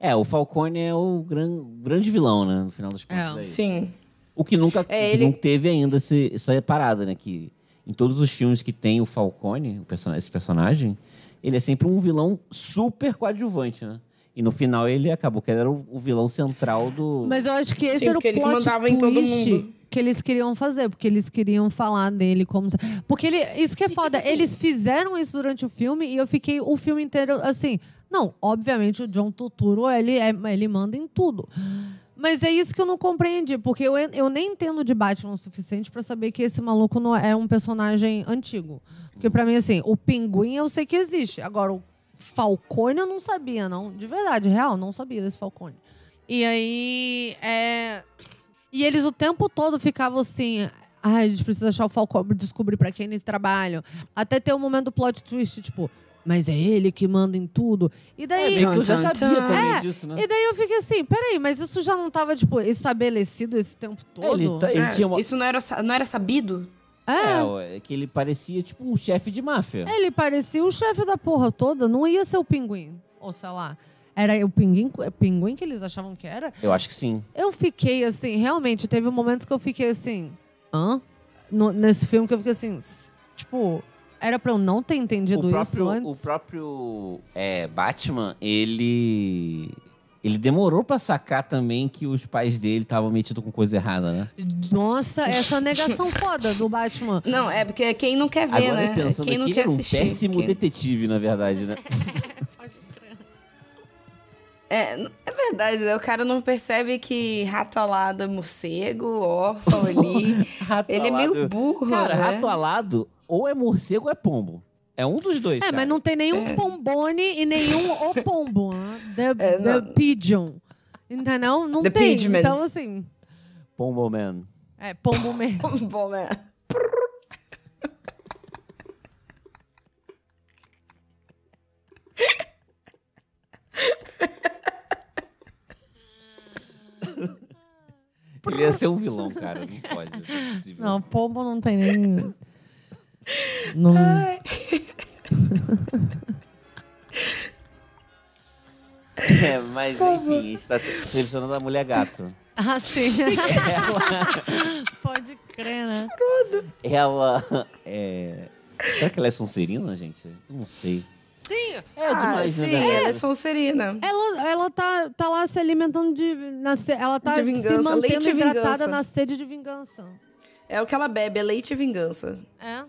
[SPEAKER 3] É, o Falcone é o gran, grande vilão, né? No final das contas.
[SPEAKER 1] É.
[SPEAKER 3] é isso.
[SPEAKER 2] Sim.
[SPEAKER 3] O que nunca
[SPEAKER 2] É,
[SPEAKER 3] o que
[SPEAKER 2] ele-
[SPEAKER 3] não teve ainda esse- essa parada, né? Que em todos os filmes que tem o Falcone, o person- esse personagem, ele é sempre um vilão super coadjuvante, né? E no final ele acabou que ele era o, o vilão central do.
[SPEAKER 1] Mas eu acho que esse
[SPEAKER 2] Sim,
[SPEAKER 1] era o
[SPEAKER 2] porque
[SPEAKER 1] plot
[SPEAKER 2] eles mandavam em todo
[SPEAKER 1] twist
[SPEAKER 2] mundo.
[SPEAKER 1] que eles queriam fazer, porque eles queriam falar dele como se- porque ele, isso que é foda, eles fizeram isso durante o filme e eu fiquei o filme inteiro assim, não, obviamente o John Turturro, ele é- ele manda em tudo. Mas é isso que eu não compreendi, porque eu, en- eu nem entendo de Batman o suficiente pra saber que esse maluco não é um personagem antigo. Porque pra mim assim, o Pinguim eu sei que existe, agora o Falcone eu não sabia não, de verdade, real, não sabia desse Falcone. E aí. É... E eles o tempo todo ficavam assim. Ai, a gente precisa achar o Falcone, descobrir pra quem eles trabalham. Até ter o momento do plot twist, tipo, mas é ele que manda em tudo. E daí.
[SPEAKER 3] É, Meio que eu já
[SPEAKER 2] Tum, tum,
[SPEAKER 3] sabia
[SPEAKER 2] tum.
[SPEAKER 3] também
[SPEAKER 1] É,
[SPEAKER 3] disso, né?
[SPEAKER 1] e daí eu fiquei assim, peraí, mas isso já não tava, tipo, estabelecido esse tempo
[SPEAKER 3] É,
[SPEAKER 1] todo?
[SPEAKER 3] Ele, tá- ele
[SPEAKER 2] É,
[SPEAKER 3] tinha uma.
[SPEAKER 2] Isso não era, sa- não era sabido?
[SPEAKER 3] É, ó, é que ele parecia tipo um chefe de máfia.
[SPEAKER 1] Ele parecia o chefe da porra toda, não ia ser o pinguim. Ou sei lá. Era o pinguim, pinguim que eles achavam que era?
[SPEAKER 3] Eu acho que sim.
[SPEAKER 1] Eu fiquei assim, realmente, teve momentos que eu fiquei assim, hã? No- nesse filme que eu fiquei assim, s- tipo, era pra eu não ter entendido
[SPEAKER 3] o
[SPEAKER 1] isso
[SPEAKER 3] próprio,
[SPEAKER 1] antes.
[SPEAKER 3] o próprio é, Batman, ele. Ele demorou pra sacar também que os pais dele estavam metidos com coisa errada, né?
[SPEAKER 1] Nossa, essa negação foda do Batman.
[SPEAKER 2] Não, é porque quem não quer ver,
[SPEAKER 3] Agora
[SPEAKER 2] né?
[SPEAKER 3] pensando
[SPEAKER 2] Quem não
[SPEAKER 3] aqui,
[SPEAKER 2] quer
[SPEAKER 3] era um
[SPEAKER 2] assistir.
[SPEAKER 3] péssimo
[SPEAKER 2] quem-
[SPEAKER 3] detetive, na verdade, né?
[SPEAKER 2] É, é verdade, né? O cara não percebe que rato alado é morcego, órfão ali.
[SPEAKER 3] Rato
[SPEAKER 2] Ele é meio
[SPEAKER 3] alado.
[SPEAKER 2] burro,
[SPEAKER 3] Cara,
[SPEAKER 2] né?
[SPEAKER 3] rato alado, ou é morcego ou é pombo. É um dos dois,
[SPEAKER 1] É,
[SPEAKER 3] cara.
[SPEAKER 1] mas não tem nenhum pombone e nenhum o pombo. né? The,
[SPEAKER 2] É,
[SPEAKER 1] the
[SPEAKER 2] não.
[SPEAKER 1] pigeon. Entendeu? Não
[SPEAKER 2] The
[SPEAKER 1] tem.
[SPEAKER 2] pigeon.
[SPEAKER 1] Então, assim,
[SPEAKER 3] Pombo Man.
[SPEAKER 1] é pombo mesmo.
[SPEAKER 2] Bom, né?
[SPEAKER 3] Ele ia ser um vilão, cara. Não pode, não é possível.
[SPEAKER 1] Não, pombo não tem nem. Não.
[SPEAKER 3] É, mas enfim, a gente tá selecionando a mulher gato.
[SPEAKER 1] Ah, sim. Pode crer, né?
[SPEAKER 3] Ela é... Será que ela é Sonserina, gente? Eu não sei.
[SPEAKER 1] Sim.
[SPEAKER 3] É demais,
[SPEAKER 2] Ah, sim,
[SPEAKER 3] né? galera?
[SPEAKER 2] ela é Sonserina.
[SPEAKER 1] Ela, ela tá, tá lá se alimentando de. Na, se- ela tá
[SPEAKER 2] De
[SPEAKER 1] se
[SPEAKER 2] vingança,
[SPEAKER 1] mantendo
[SPEAKER 2] leite e
[SPEAKER 1] hidratada
[SPEAKER 2] vingança.
[SPEAKER 1] na sede de vingança.
[SPEAKER 2] É o que ela bebe, é leite e vingança.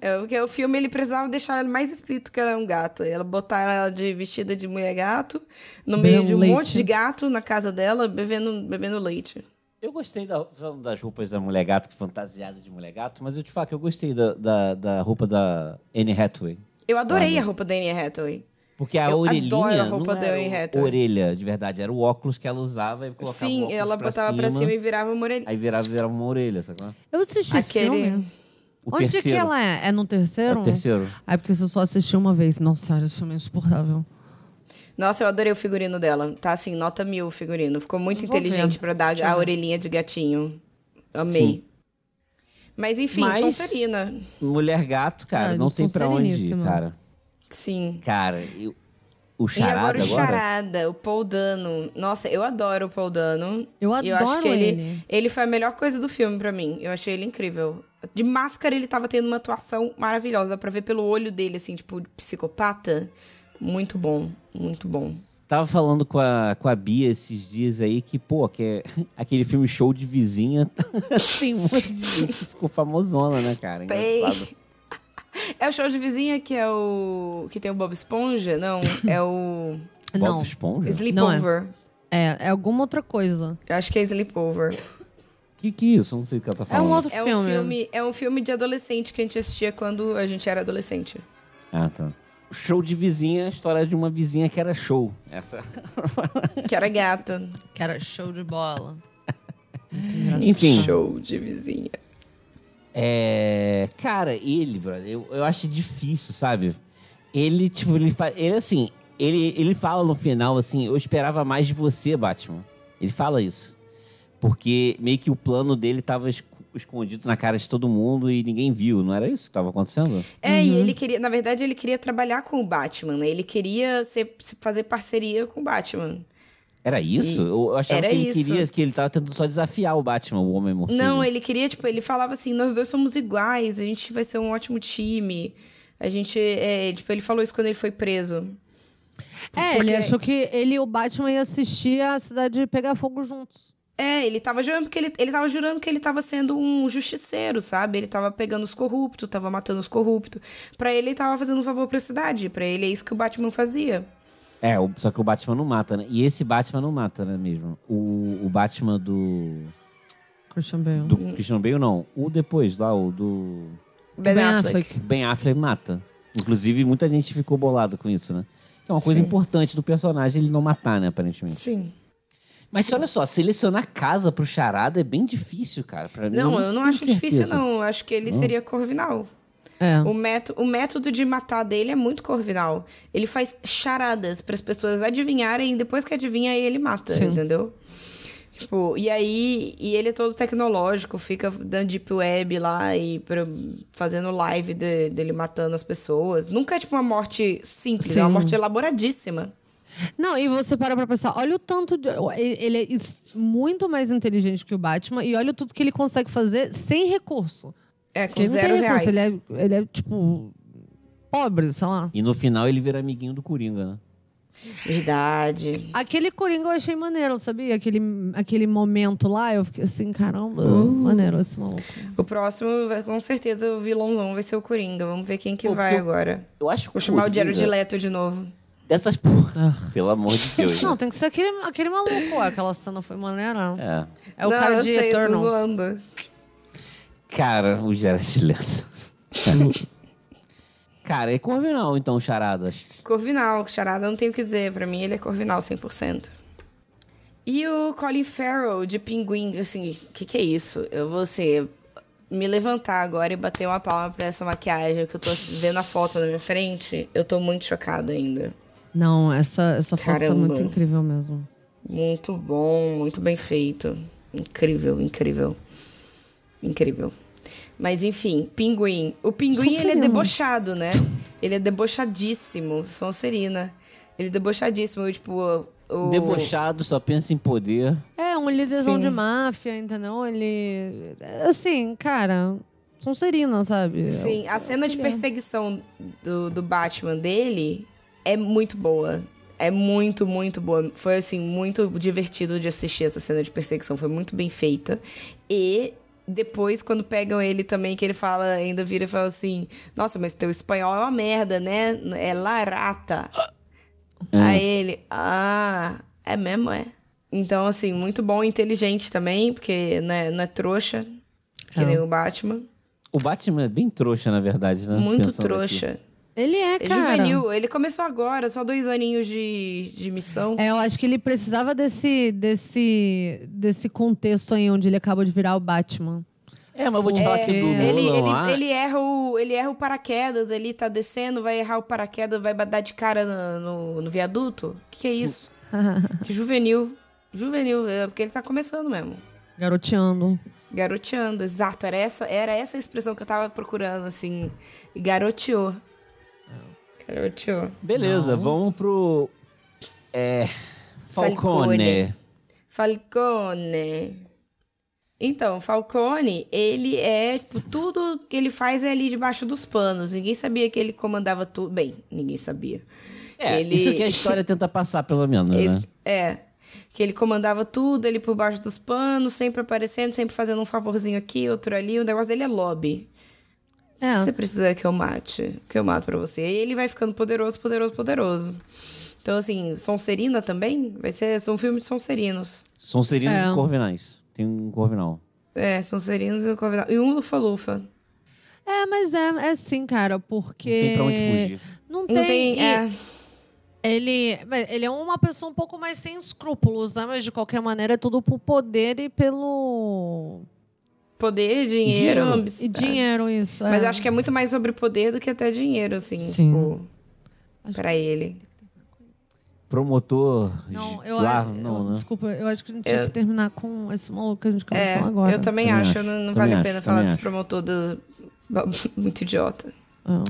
[SPEAKER 1] É.
[SPEAKER 2] É porque o filme ele precisava deixar ela mais explícito que ela é um gato. Ela botaram ela de vestida de mulher gato, no
[SPEAKER 1] Bebendo
[SPEAKER 2] meio de um
[SPEAKER 1] leite.
[SPEAKER 2] monte de gato na casa dela, bebendo, bebendo leite.
[SPEAKER 3] Eu gostei da, falando das roupas da mulher gato, que fantasiada de mulher gato, mas eu te falo que eu gostei da, da, da roupa da Anne Hathaway.
[SPEAKER 2] Eu adorei a roupa da Anne Hathaway.
[SPEAKER 3] Porque a
[SPEAKER 2] Eu
[SPEAKER 3] orelhinha
[SPEAKER 2] adoro a roupa
[SPEAKER 3] não
[SPEAKER 2] da
[SPEAKER 3] era
[SPEAKER 2] Anne
[SPEAKER 3] o-
[SPEAKER 2] Hathaway.
[SPEAKER 3] orelha, de verdade. Era o óculos que ela usava e colocava o
[SPEAKER 2] Sim,
[SPEAKER 3] um óculos
[SPEAKER 2] ela
[SPEAKER 3] pra
[SPEAKER 2] botava
[SPEAKER 3] cima,
[SPEAKER 2] pra cima e virava uma orelha.
[SPEAKER 3] Aí virava, virava uma orelha, sacou?
[SPEAKER 1] Eu assisti
[SPEAKER 2] Aquele-
[SPEAKER 1] esse filme.
[SPEAKER 3] O
[SPEAKER 1] Onde
[SPEAKER 3] terceiro.
[SPEAKER 1] que ela é? É no
[SPEAKER 3] É
[SPEAKER 1] terceiro?
[SPEAKER 3] o terceiro.
[SPEAKER 1] Ah, porque se eu só assisti uma vez. Nossa senhora, esse filme é insuportável.
[SPEAKER 2] Nossa, eu adorei o figurino dela. Tá assim, nota mil o figurino. Ficou muito
[SPEAKER 1] Vou
[SPEAKER 2] inteligente
[SPEAKER 1] ver.
[SPEAKER 2] pra dar
[SPEAKER 1] Deixa eu
[SPEAKER 2] a
[SPEAKER 1] ver.
[SPEAKER 2] orelhinha de gatinho. Amei.
[SPEAKER 3] Sim.
[SPEAKER 2] Mas enfim,
[SPEAKER 3] Mas-
[SPEAKER 2] Sonserina.
[SPEAKER 3] Mulher gato, cara,
[SPEAKER 1] Ah,
[SPEAKER 3] não tem pra onde ir,
[SPEAKER 1] Sonseríssima.
[SPEAKER 3] cara.
[SPEAKER 2] Sim.
[SPEAKER 3] Cara, eu-
[SPEAKER 2] e
[SPEAKER 3] o
[SPEAKER 2] agora
[SPEAKER 3] charada
[SPEAKER 2] o
[SPEAKER 3] agora?
[SPEAKER 2] Charada, o Paul Dano. Nossa, eu adoro o Paul Dano.
[SPEAKER 1] Eu
[SPEAKER 2] eu acho
[SPEAKER 1] adoro
[SPEAKER 2] que ele,
[SPEAKER 1] ele.
[SPEAKER 2] ele foi a melhor coisa do filme pra mim. Eu achei ele incrível. De máscara, ele tava tendo uma atuação maravilhosa. Dá pra ver pelo olho dele, assim, tipo, de psicopata. Muito bom, muito bom.
[SPEAKER 3] Tava falando com a, com a Bia esses dias aí que, pô, que é aquele filme show de vizinha. tem um monte de gente que ficou famosona, né, cara?
[SPEAKER 2] Tem.
[SPEAKER 3] Engraçado.
[SPEAKER 2] É o show de vizinha que é o. que tem o Bob Esponja? Não, é o.
[SPEAKER 3] Bob
[SPEAKER 1] Não.
[SPEAKER 3] Esponja?
[SPEAKER 2] Sleepover.
[SPEAKER 1] É, é alguma outra coisa.
[SPEAKER 2] Eu acho que é Sleepover.
[SPEAKER 3] Que que é isso? Não sei o que ela tá
[SPEAKER 1] É
[SPEAKER 3] falando.
[SPEAKER 1] um outro
[SPEAKER 2] É um
[SPEAKER 1] filme.
[SPEAKER 2] filme, é um filme de adolescente que a gente assistia quando a gente era adolescente.
[SPEAKER 3] Ah, tá. Show de vizinha é a história de uma vizinha que era show. Essa...
[SPEAKER 2] Que era gata.
[SPEAKER 1] Que era show de bola.
[SPEAKER 3] Enfim.
[SPEAKER 2] Show de vizinha.
[SPEAKER 3] É. Cara, ele, brother, eu, eu acho difícil, sabe? Ele, tipo, ele, fa- ele assim, ele, ele fala no final assim: eu esperava mais de você, Batman. Ele fala isso. Porque meio que o plano dele tava esco- escondido na cara de todo mundo e ninguém viu, não era isso que tava acontecendo?
[SPEAKER 2] É, e ele queria, na verdade, ele queria trabalhar com o Batman, né? Ele queria ser- se fazer parceria com o Batman.
[SPEAKER 3] Era isso?
[SPEAKER 2] E-
[SPEAKER 3] Eu eu achava
[SPEAKER 2] era
[SPEAKER 3] que ele
[SPEAKER 2] isso.
[SPEAKER 3] queria, que ele tava tentando só desafiar o Batman, o homem morcego.
[SPEAKER 2] Não, ele queria, tipo, ele falava assim: nós dois somos iguais, a gente vai ser um ótimo time. A gente, é, tipo, ele falou isso quando ele foi preso.
[SPEAKER 1] É,
[SPEAKER 2] Porque-
[SPEAKER 1] ele achou que ele e o Batman iam assistir a cidade pegar fogo juntos.
[SPEAKER 2] É, ele tava jurando que ele, ele tava jurando que ele tava sendo um justiceiro, sabe? Ele tava pegando os corruptos, tava matando os corruptos. Pra ele, ele tava fazendo um favor pra cidade. Pra ele, é isso que o Batman fazia.
[SPEAKER 3] É, o- só que o Batman não mata, né? E esse Batman não mata, né, mesmo? O, o Batman do.
[SPEAKER 1] Christian Bale.
[SPEAKER 3] Do Christian Bale, não. O depois, lá, o do.
[SPEAKER 2] Ben,
[SPEAKER 1] Ben
[SPEAKER 2] Affleck.
[SPEAKER 1] Affleck.
[SPEAKER 3] Ben Affleck mata. Inclusive, muita gente ficou bolada com isso, né? É uma coisa importante do personagem ele não matar, né, aparentemente.
[SPEAKER 2] Sim.
[SPEAKER 3] Mas olha só, selecionar casa pro charada é bem difícil, cara. Pra mim,
[SPEAKER 2] Não, eu não
[SPEAKER 3] tenho
[SPEAKER 2] acho difícil,
[SPEAKER 3] certeza.
[SPEAKER 2] não. Eu acho que ele seria Corvinal.
[SPEAKER 1] É.
[SPEAKER 2] O, meto, o método de matar dele é muito corvinal. Ele faz charadas para as pessoas adivinharem e depois que adivinha, aí ele mata, entendeu? Tipo, e aí, e ele é todo tecnológico, fica dando deep web lá e pra- fazendo live de- dele matando as pessoas. Nunca é tipo uma morte simples, é uma
[SPEAKER 1] Sim.
[SPEAKER 2] morte elaboradíssima.
[SPEAKER 1] Não, e você para pra pensar, olha o tanto de. Ele ele é es- muito mais inteligente que o Batman e olha tudo que ele consegue fazer sem recurso.
[SPEAKER 2] É, com
[SPEAKER 1] Porque ele não
[SPEAKER 2] zero
[SPEAKER 1] tem
[SPEAKER 2] reais.
[SPEAKER 1] recurso, ele é, ele é tipo. pobre, sei lá.
[SPEAKER 3] E no final ele vira amiguinho do Coringa, né?
[SPEAKER 2] Verdade.
[SPEAKER 1] Aquele Coringa eu achei maneiro, sabia? Aquele, aquele momento lá, eu fiquei assim, caramba,
[SPEAKER 2] Hum.
[SPEAKER 1] maneiro esse maluco.
[SPEAKER 2] O próximo, vai- com certeza, o vilãozão vai ser o Coringa. Vamos ver quem que vai agora.
[SPEAKER 3] Eu acho que
[SPEAKER 2] Vou chamar o
[SPEAKER 3] Coringa
[SPEAKER 2] Jared Leto de novo.
[SPEAKER 3] Dessas porra. Ah, Pelo amor de Deus.
[SPEAKER 1] Não,
[SPEAKER 3] né?
[SPEAKER 1] tem que ser aquele, aquele maluco. Ué, aquela cena foi maneira.
[SPEAKER 3] É.
[SPEAKER 1] É, o cara
[SPEAKER 2] eu
[SPEAKER 1] de
[SPEAKER 2] sei, eu tô
[SPEAKER 1] Eternals.
[SPEAKER 2] zoando.
[SPEAKER 3] Cara, o Jared Leto. cara, é convenal, então, charadas.
[SPEAKER 2] Corvinal, charada, não tem o que dizer. Pra mim, ele é Corvinal 100%. E o Colin Farrell de Pinguim, assim, o que, que é isso? Eu vou assim, me levantar agora e bater uma palma pra essa maquiagem que eu tô vendo a foto na minha frente. Eu tô muito chocada ainda.
[SPEAKER 1] Não, essa, essa foto tá
[SPEAKER 2] Caramba.
[SPEAKER 1] muito incrível mesmo.
[SPEAKER 2] Muito bom, muito bem feito. Incrível, incrível. Incrível. Mas enfim, pinguim. O pinguim, ele é
[SPEAKER 1] Sonserina.
[SPEAKER 2] debochado, né? Ele é debochadíssimo. Sonserina. Ele é debochadíssimo, tipo... O...
[SPEAKER 3] Debochado, só pensa em poder.
[SPEAKER 1] É, um líderzão
[SPEAKER 2] Sim.
[SPEAKER 1] de máfia, entendeu? Ele. Assim, cara. Sonserina, sabe?
[SPEAKER 2] Sim, a cena de
[SPEAKER 1] Ele é.
[SPEAKER 2] perseguição do, do Batman dele é muito boa. É muito, muito boa. Foi, assim, muito divertido de assistir essa cena de perseguição. Foi muito bem feita. E depois, quando pegam ele também, que ele fala, ainda vira e fala assim: Nossa, mas teu espanhol é uma merda, né? É larata.
[SPEAKER 1] É.
[SPEAKER 2] Aí ele, ah, é mesmo, é. Então, assim, muito bom e inteligente também, porque não é, não é trouxa, que
[SPEAKER 1] É.
[SPEAKER 2] nem o Batman.
[SPEAKER 3] O Batman é bem trouxa, na verdade, né?
[SPEAKER 2] Muito
[SPEAKER 3] Pensando
[SPEAKER 2] trouxa.
[SPEAKER 1] Ele é,
[SPEAKER 2] É
[SPEAKER 1] cara.
[SPEAKER 2] juvenil, ele começou agora, só dois aninhos de, de missão.
[SPEAKER 1] É, eu acho que ele precisava desse, desse, desse contexto aí onde ele acaba de virar o Batman.
[SPEAKER 3] aqui. É, mas eu vou te falar que do
[SPEAKER 2] Ele,
[SPEAKER 3] Nolan
[SPEAKER 2] ele,
[SPEAKER 3] lá...
[SPEAKER 2] ele, erra o, ele erra o paraquedas, ele tá descendo, vai errar o paraquedas, vai dar de cara na- no, no, viaduto. Que que é isso? que juvenil. Juvenil, é porque ele tá começando mesmo.
[SPEAKER 1] Garoteando.
[SPEAKER 2] Garoteando, exato. Era essa, era essa a expressão que eu tava procurando, assim. Garoteou. Garoteou.
[SPEAKER 3] Beleza, vamos pro... É... Falcone.
[SPEAKER 2] Falcone. Falcone. Então, Falcone, ele é, tipo, tudo que ele faz é ali debaixo dos panos. Ninguém sabia que ele comandava tudo. Bem, ninguém sabia.
[SPEAKER 3] É, isso que a história tenta passar, pelo menos,
[SPEAKER 2] Esse-
[SPEAKER 3] né?
[SPEAKER 2] É. Que ele comandava tudo ali por baixo dos panos, sempre aparecendo, sempre fazendo um favorzinho aqui, outro ali. O negócio dele é lobby.
[SPEAKER 1] É.
[SPEAKER 2] Você precisa que eu mate, que eu mato pra você. E ele vai ficando poderoso, poderoso, poderoso. Então, assim, Sonserina também vai ser são filmes de Sonserinos.
[SPEAKER 3] Sonserinos
[SPEAKER 1] É.
[SPEAKER 3] e Corvinais. Tem um Corvinal.
[SPEAKER 2] É, Sonserinos e convidado. E um Lufa-Lufa.
[SPEAKER 1] É, mas é, é sim, cara, porque.
[SPEAKER 3] Não tem pra onde fugir.
[SPEAKER 1] Não tem.
[SPEAKER 2] Não tem.
[SPEAKER 1] e
[SPEAKER 2] é.
[SPEAKER 1] ele, mas ele é uma pessoa um pouco mais sem escrúpulos, né? Mas de qualquer maneira é tudo por poder e pelo.
[SPEAKER 2] Poder, dinheiro,
[SPEAKER 3] dinheiro.
[SPEAKER 2] ambição.
[SPEAKER 1] E dinheiro, isso.
[SPEAKER 2] É. Mas eu acho que é muito mais sobre poder do que até dinheiro, assim,
[SPEAKER 1] Sim.
[SPEAKER 2] tipo, pra ele.
[SPEAKER 3] Promotor.
[SPEAKER 1] Não,
[SPEAKER 3] j-
[SPEAKER 1] eu,
[SPEAKER 3] lá,
[SPEAKER 1] eu-
[SPEAKER 3] não, né?
[SPEAKER 1] Desculpa, eu acho que a gente tinha que terminar com esse maluco que a gente acabou de
[SPEAKER 2] É,
[SPEAKER 1] falar agora.
[SPEAKER 2] eu também,
[SPEAKER 3] Também
[SPEAKER 2] acho,
[SPEAKER 3] acho,
[SPEAKER 2] não, não
[SPEAKER 3] também
[SPEAKER 2] vale a
[SPEAKER 3] acho,
[SPEAKER 2] pena
[SPEAKER 3] também
[SPEAKER 2] falar desse
[SPEAKER 3] acho.
[SPEAKER 2] promotor do... muito idiota.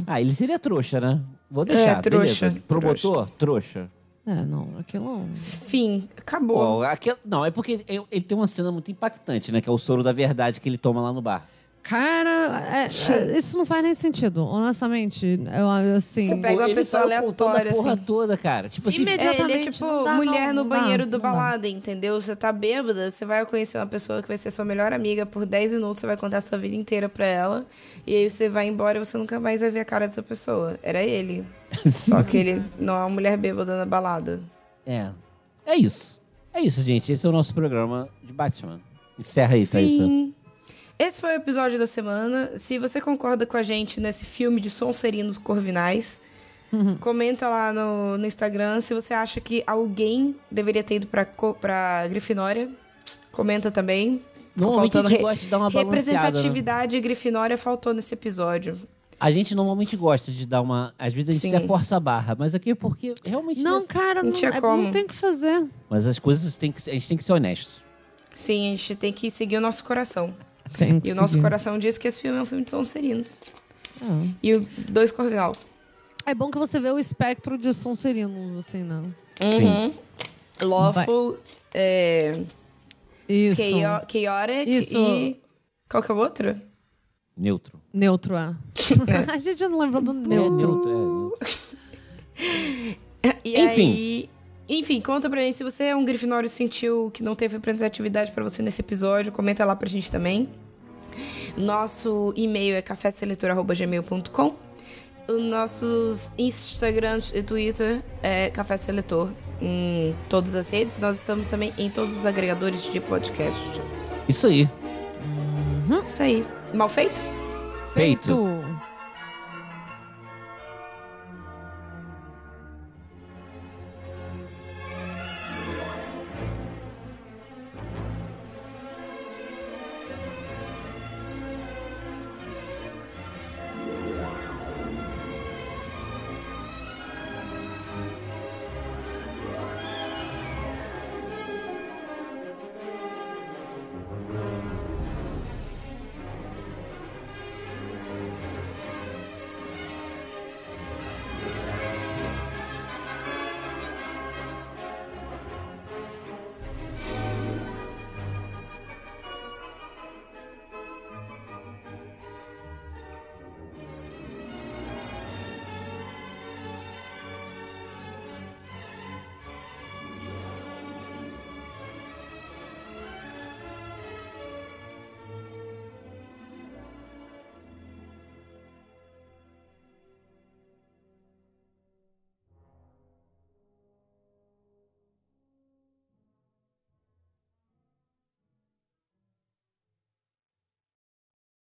[SPEAKER 3] Ah, ele seria trouxa, né? Vou deixar,
[SPEAKER 2] É, trouxa,
[SPEAKER 3] beleza. Promotor, trouxa.
[SPEAKER 1] É, não, aquilo.
[SPEAKER 2] Fim, acabou.
[SPEAKER 3] Pô, aquele- não, é porque eu- ele tem uma cena muito impactante, né? Que é o soro da verdade que ele toma lá no bar.
[SPEAKER 1] Cara, é- é- isso não faz nem sentido, honestamente. Eu, assim.
[SPEAKER 2] Você Pega uma
[SPEAKER 3] ele
[SPEAKER 2] pessoa
[SPEAKER 3] saiu contando
[SPEAKER 2] aleatória,
[SPEAKER 3] a porra
[SPEAKER 2] assim.
[SPEAKER 3] toda, cara. Tipo assim,
[SPEAKER 1] Imedi-
[SPEAKER 2] É, ele é
[SPEAKER 1] Exatamente,
[SPEAKER 2] tipo
[SPEAKER 1] não dá,
[SPEAKER 2] mulher
[SPEAKER 1] não,
[SPEAKER 2] no
[SPEAKER 1] não
[SPEAKER 2] banheiro
[SPEAKER 1] dá,
[SPEAKER 2] do
[SPEAKER 1] não dá.
[SPEAKER 2] balada, entendeu? Você tá bêbada, você vai conhecer uma pessoa que vai ser sua melhor amiga por 10 minutos, você vai contar sua vida inteira pra ela. E aí você vai embora e você nunca mais vai ver a cara dessa pessoa. Era ele.
[SPEAKER 3] Tá.
[SPEAKER 2] Só que ele não é uma mulher bêbada na balada.
[SPEAKER 3] é. É isso. É isso, gente. Esse é o nosso programa de Batman. Encerra aí, Thaís.
[SPEAKER 2] Fim. Esse foi o episódio da semana. Se você concorda com a gente nesse filme de Sonserinos Corvinais,
[SPEAKER 3] Uhum.
[SPEAKER 2] comenta lá no, no Instagram se você acha que alguém deveria ter ido pra, co- pra Grifinória. Comenta também. Ficou
[SPEAKER 3] Normalmente a
[SPEAKER 2] faltando
[SPEAKER 3] gente
[SPEAKER 2] re-
[SPEAKER 3] gosta de dar uma balanceada. né?
[SPEAKER 2] Representatividade Grifinória faltou nesse episódio.
[SPEAKER 3] A gente normalmente gosta de dar uma. Às vezes a gente
[SPEAKER 2] Sim.
[SPEAKER 3] até força a barra, mas aqui é porque realmente.
[SPEAKER 1] Não,
[SPEAKER 3] nessa-
[SPEAKER 1] cara,
[SPEAKER 2] Não
[SPEAKER 1] não,
[SPEAKER 2] tinha
[SPEAKER 1] é-
[SPEAKER 2] como.
[SPEAKER 1] não tem o que fazer.
[SPEAKER 3] Mas as coisas tem que ser- a gente tem que ser honesto.
[SPEAKER 2] Sim, a gente tem que seguir o nosso coração.
[SPEAKER 1] Tem
[SPEAKER 2] E o nosso coração diz que esse filme é um filme de Sonserinos.
[SPEAKER 1] Ah.
[SPEAKER 2] E o Dois Corvinal.
[SPEAKER 1] É bom que você vê o espectro de Sonserinos, assim, né?
[SPEAKER 3] Sim.
[SPEAKER 2] Lawful, é,
[SPEAKER 1] Isso.
[SPEAKER 2] Chao- Chaotic
[SPEAKER 1] Isso.
[SPEAKER 2] e. Qual que é o outro?
[SPEAKER 3] Neutro.
[SPEAKER 1] Neutro, é. a gente não lembrou do
[SPEAKER 3] É,
[SPEAKER 1] neutro.
[SPEAKER 3] neutro. é.
[SPEAKER 2] E
[SPEAKER 3] Enfim.
[SPEAKER 2] aí- Enfim, conta pra gente se você é um grifinório e sentiu que não teve representatividade pra você nesse episódio, comenta lá pra gente também. Nosso e-mail é caféseletor.gmail.com Os nossos Instagrams e Twitter é Café Seletor em todas as redes. Nós estamos também em todos os agregadores de podcast.
[SPEAKER 3] Isso aí.
[SPEAKER 2] Isso aí. Mal feito?
[SPEAKER 3] Feito.
[SPEAKER 1] Feito.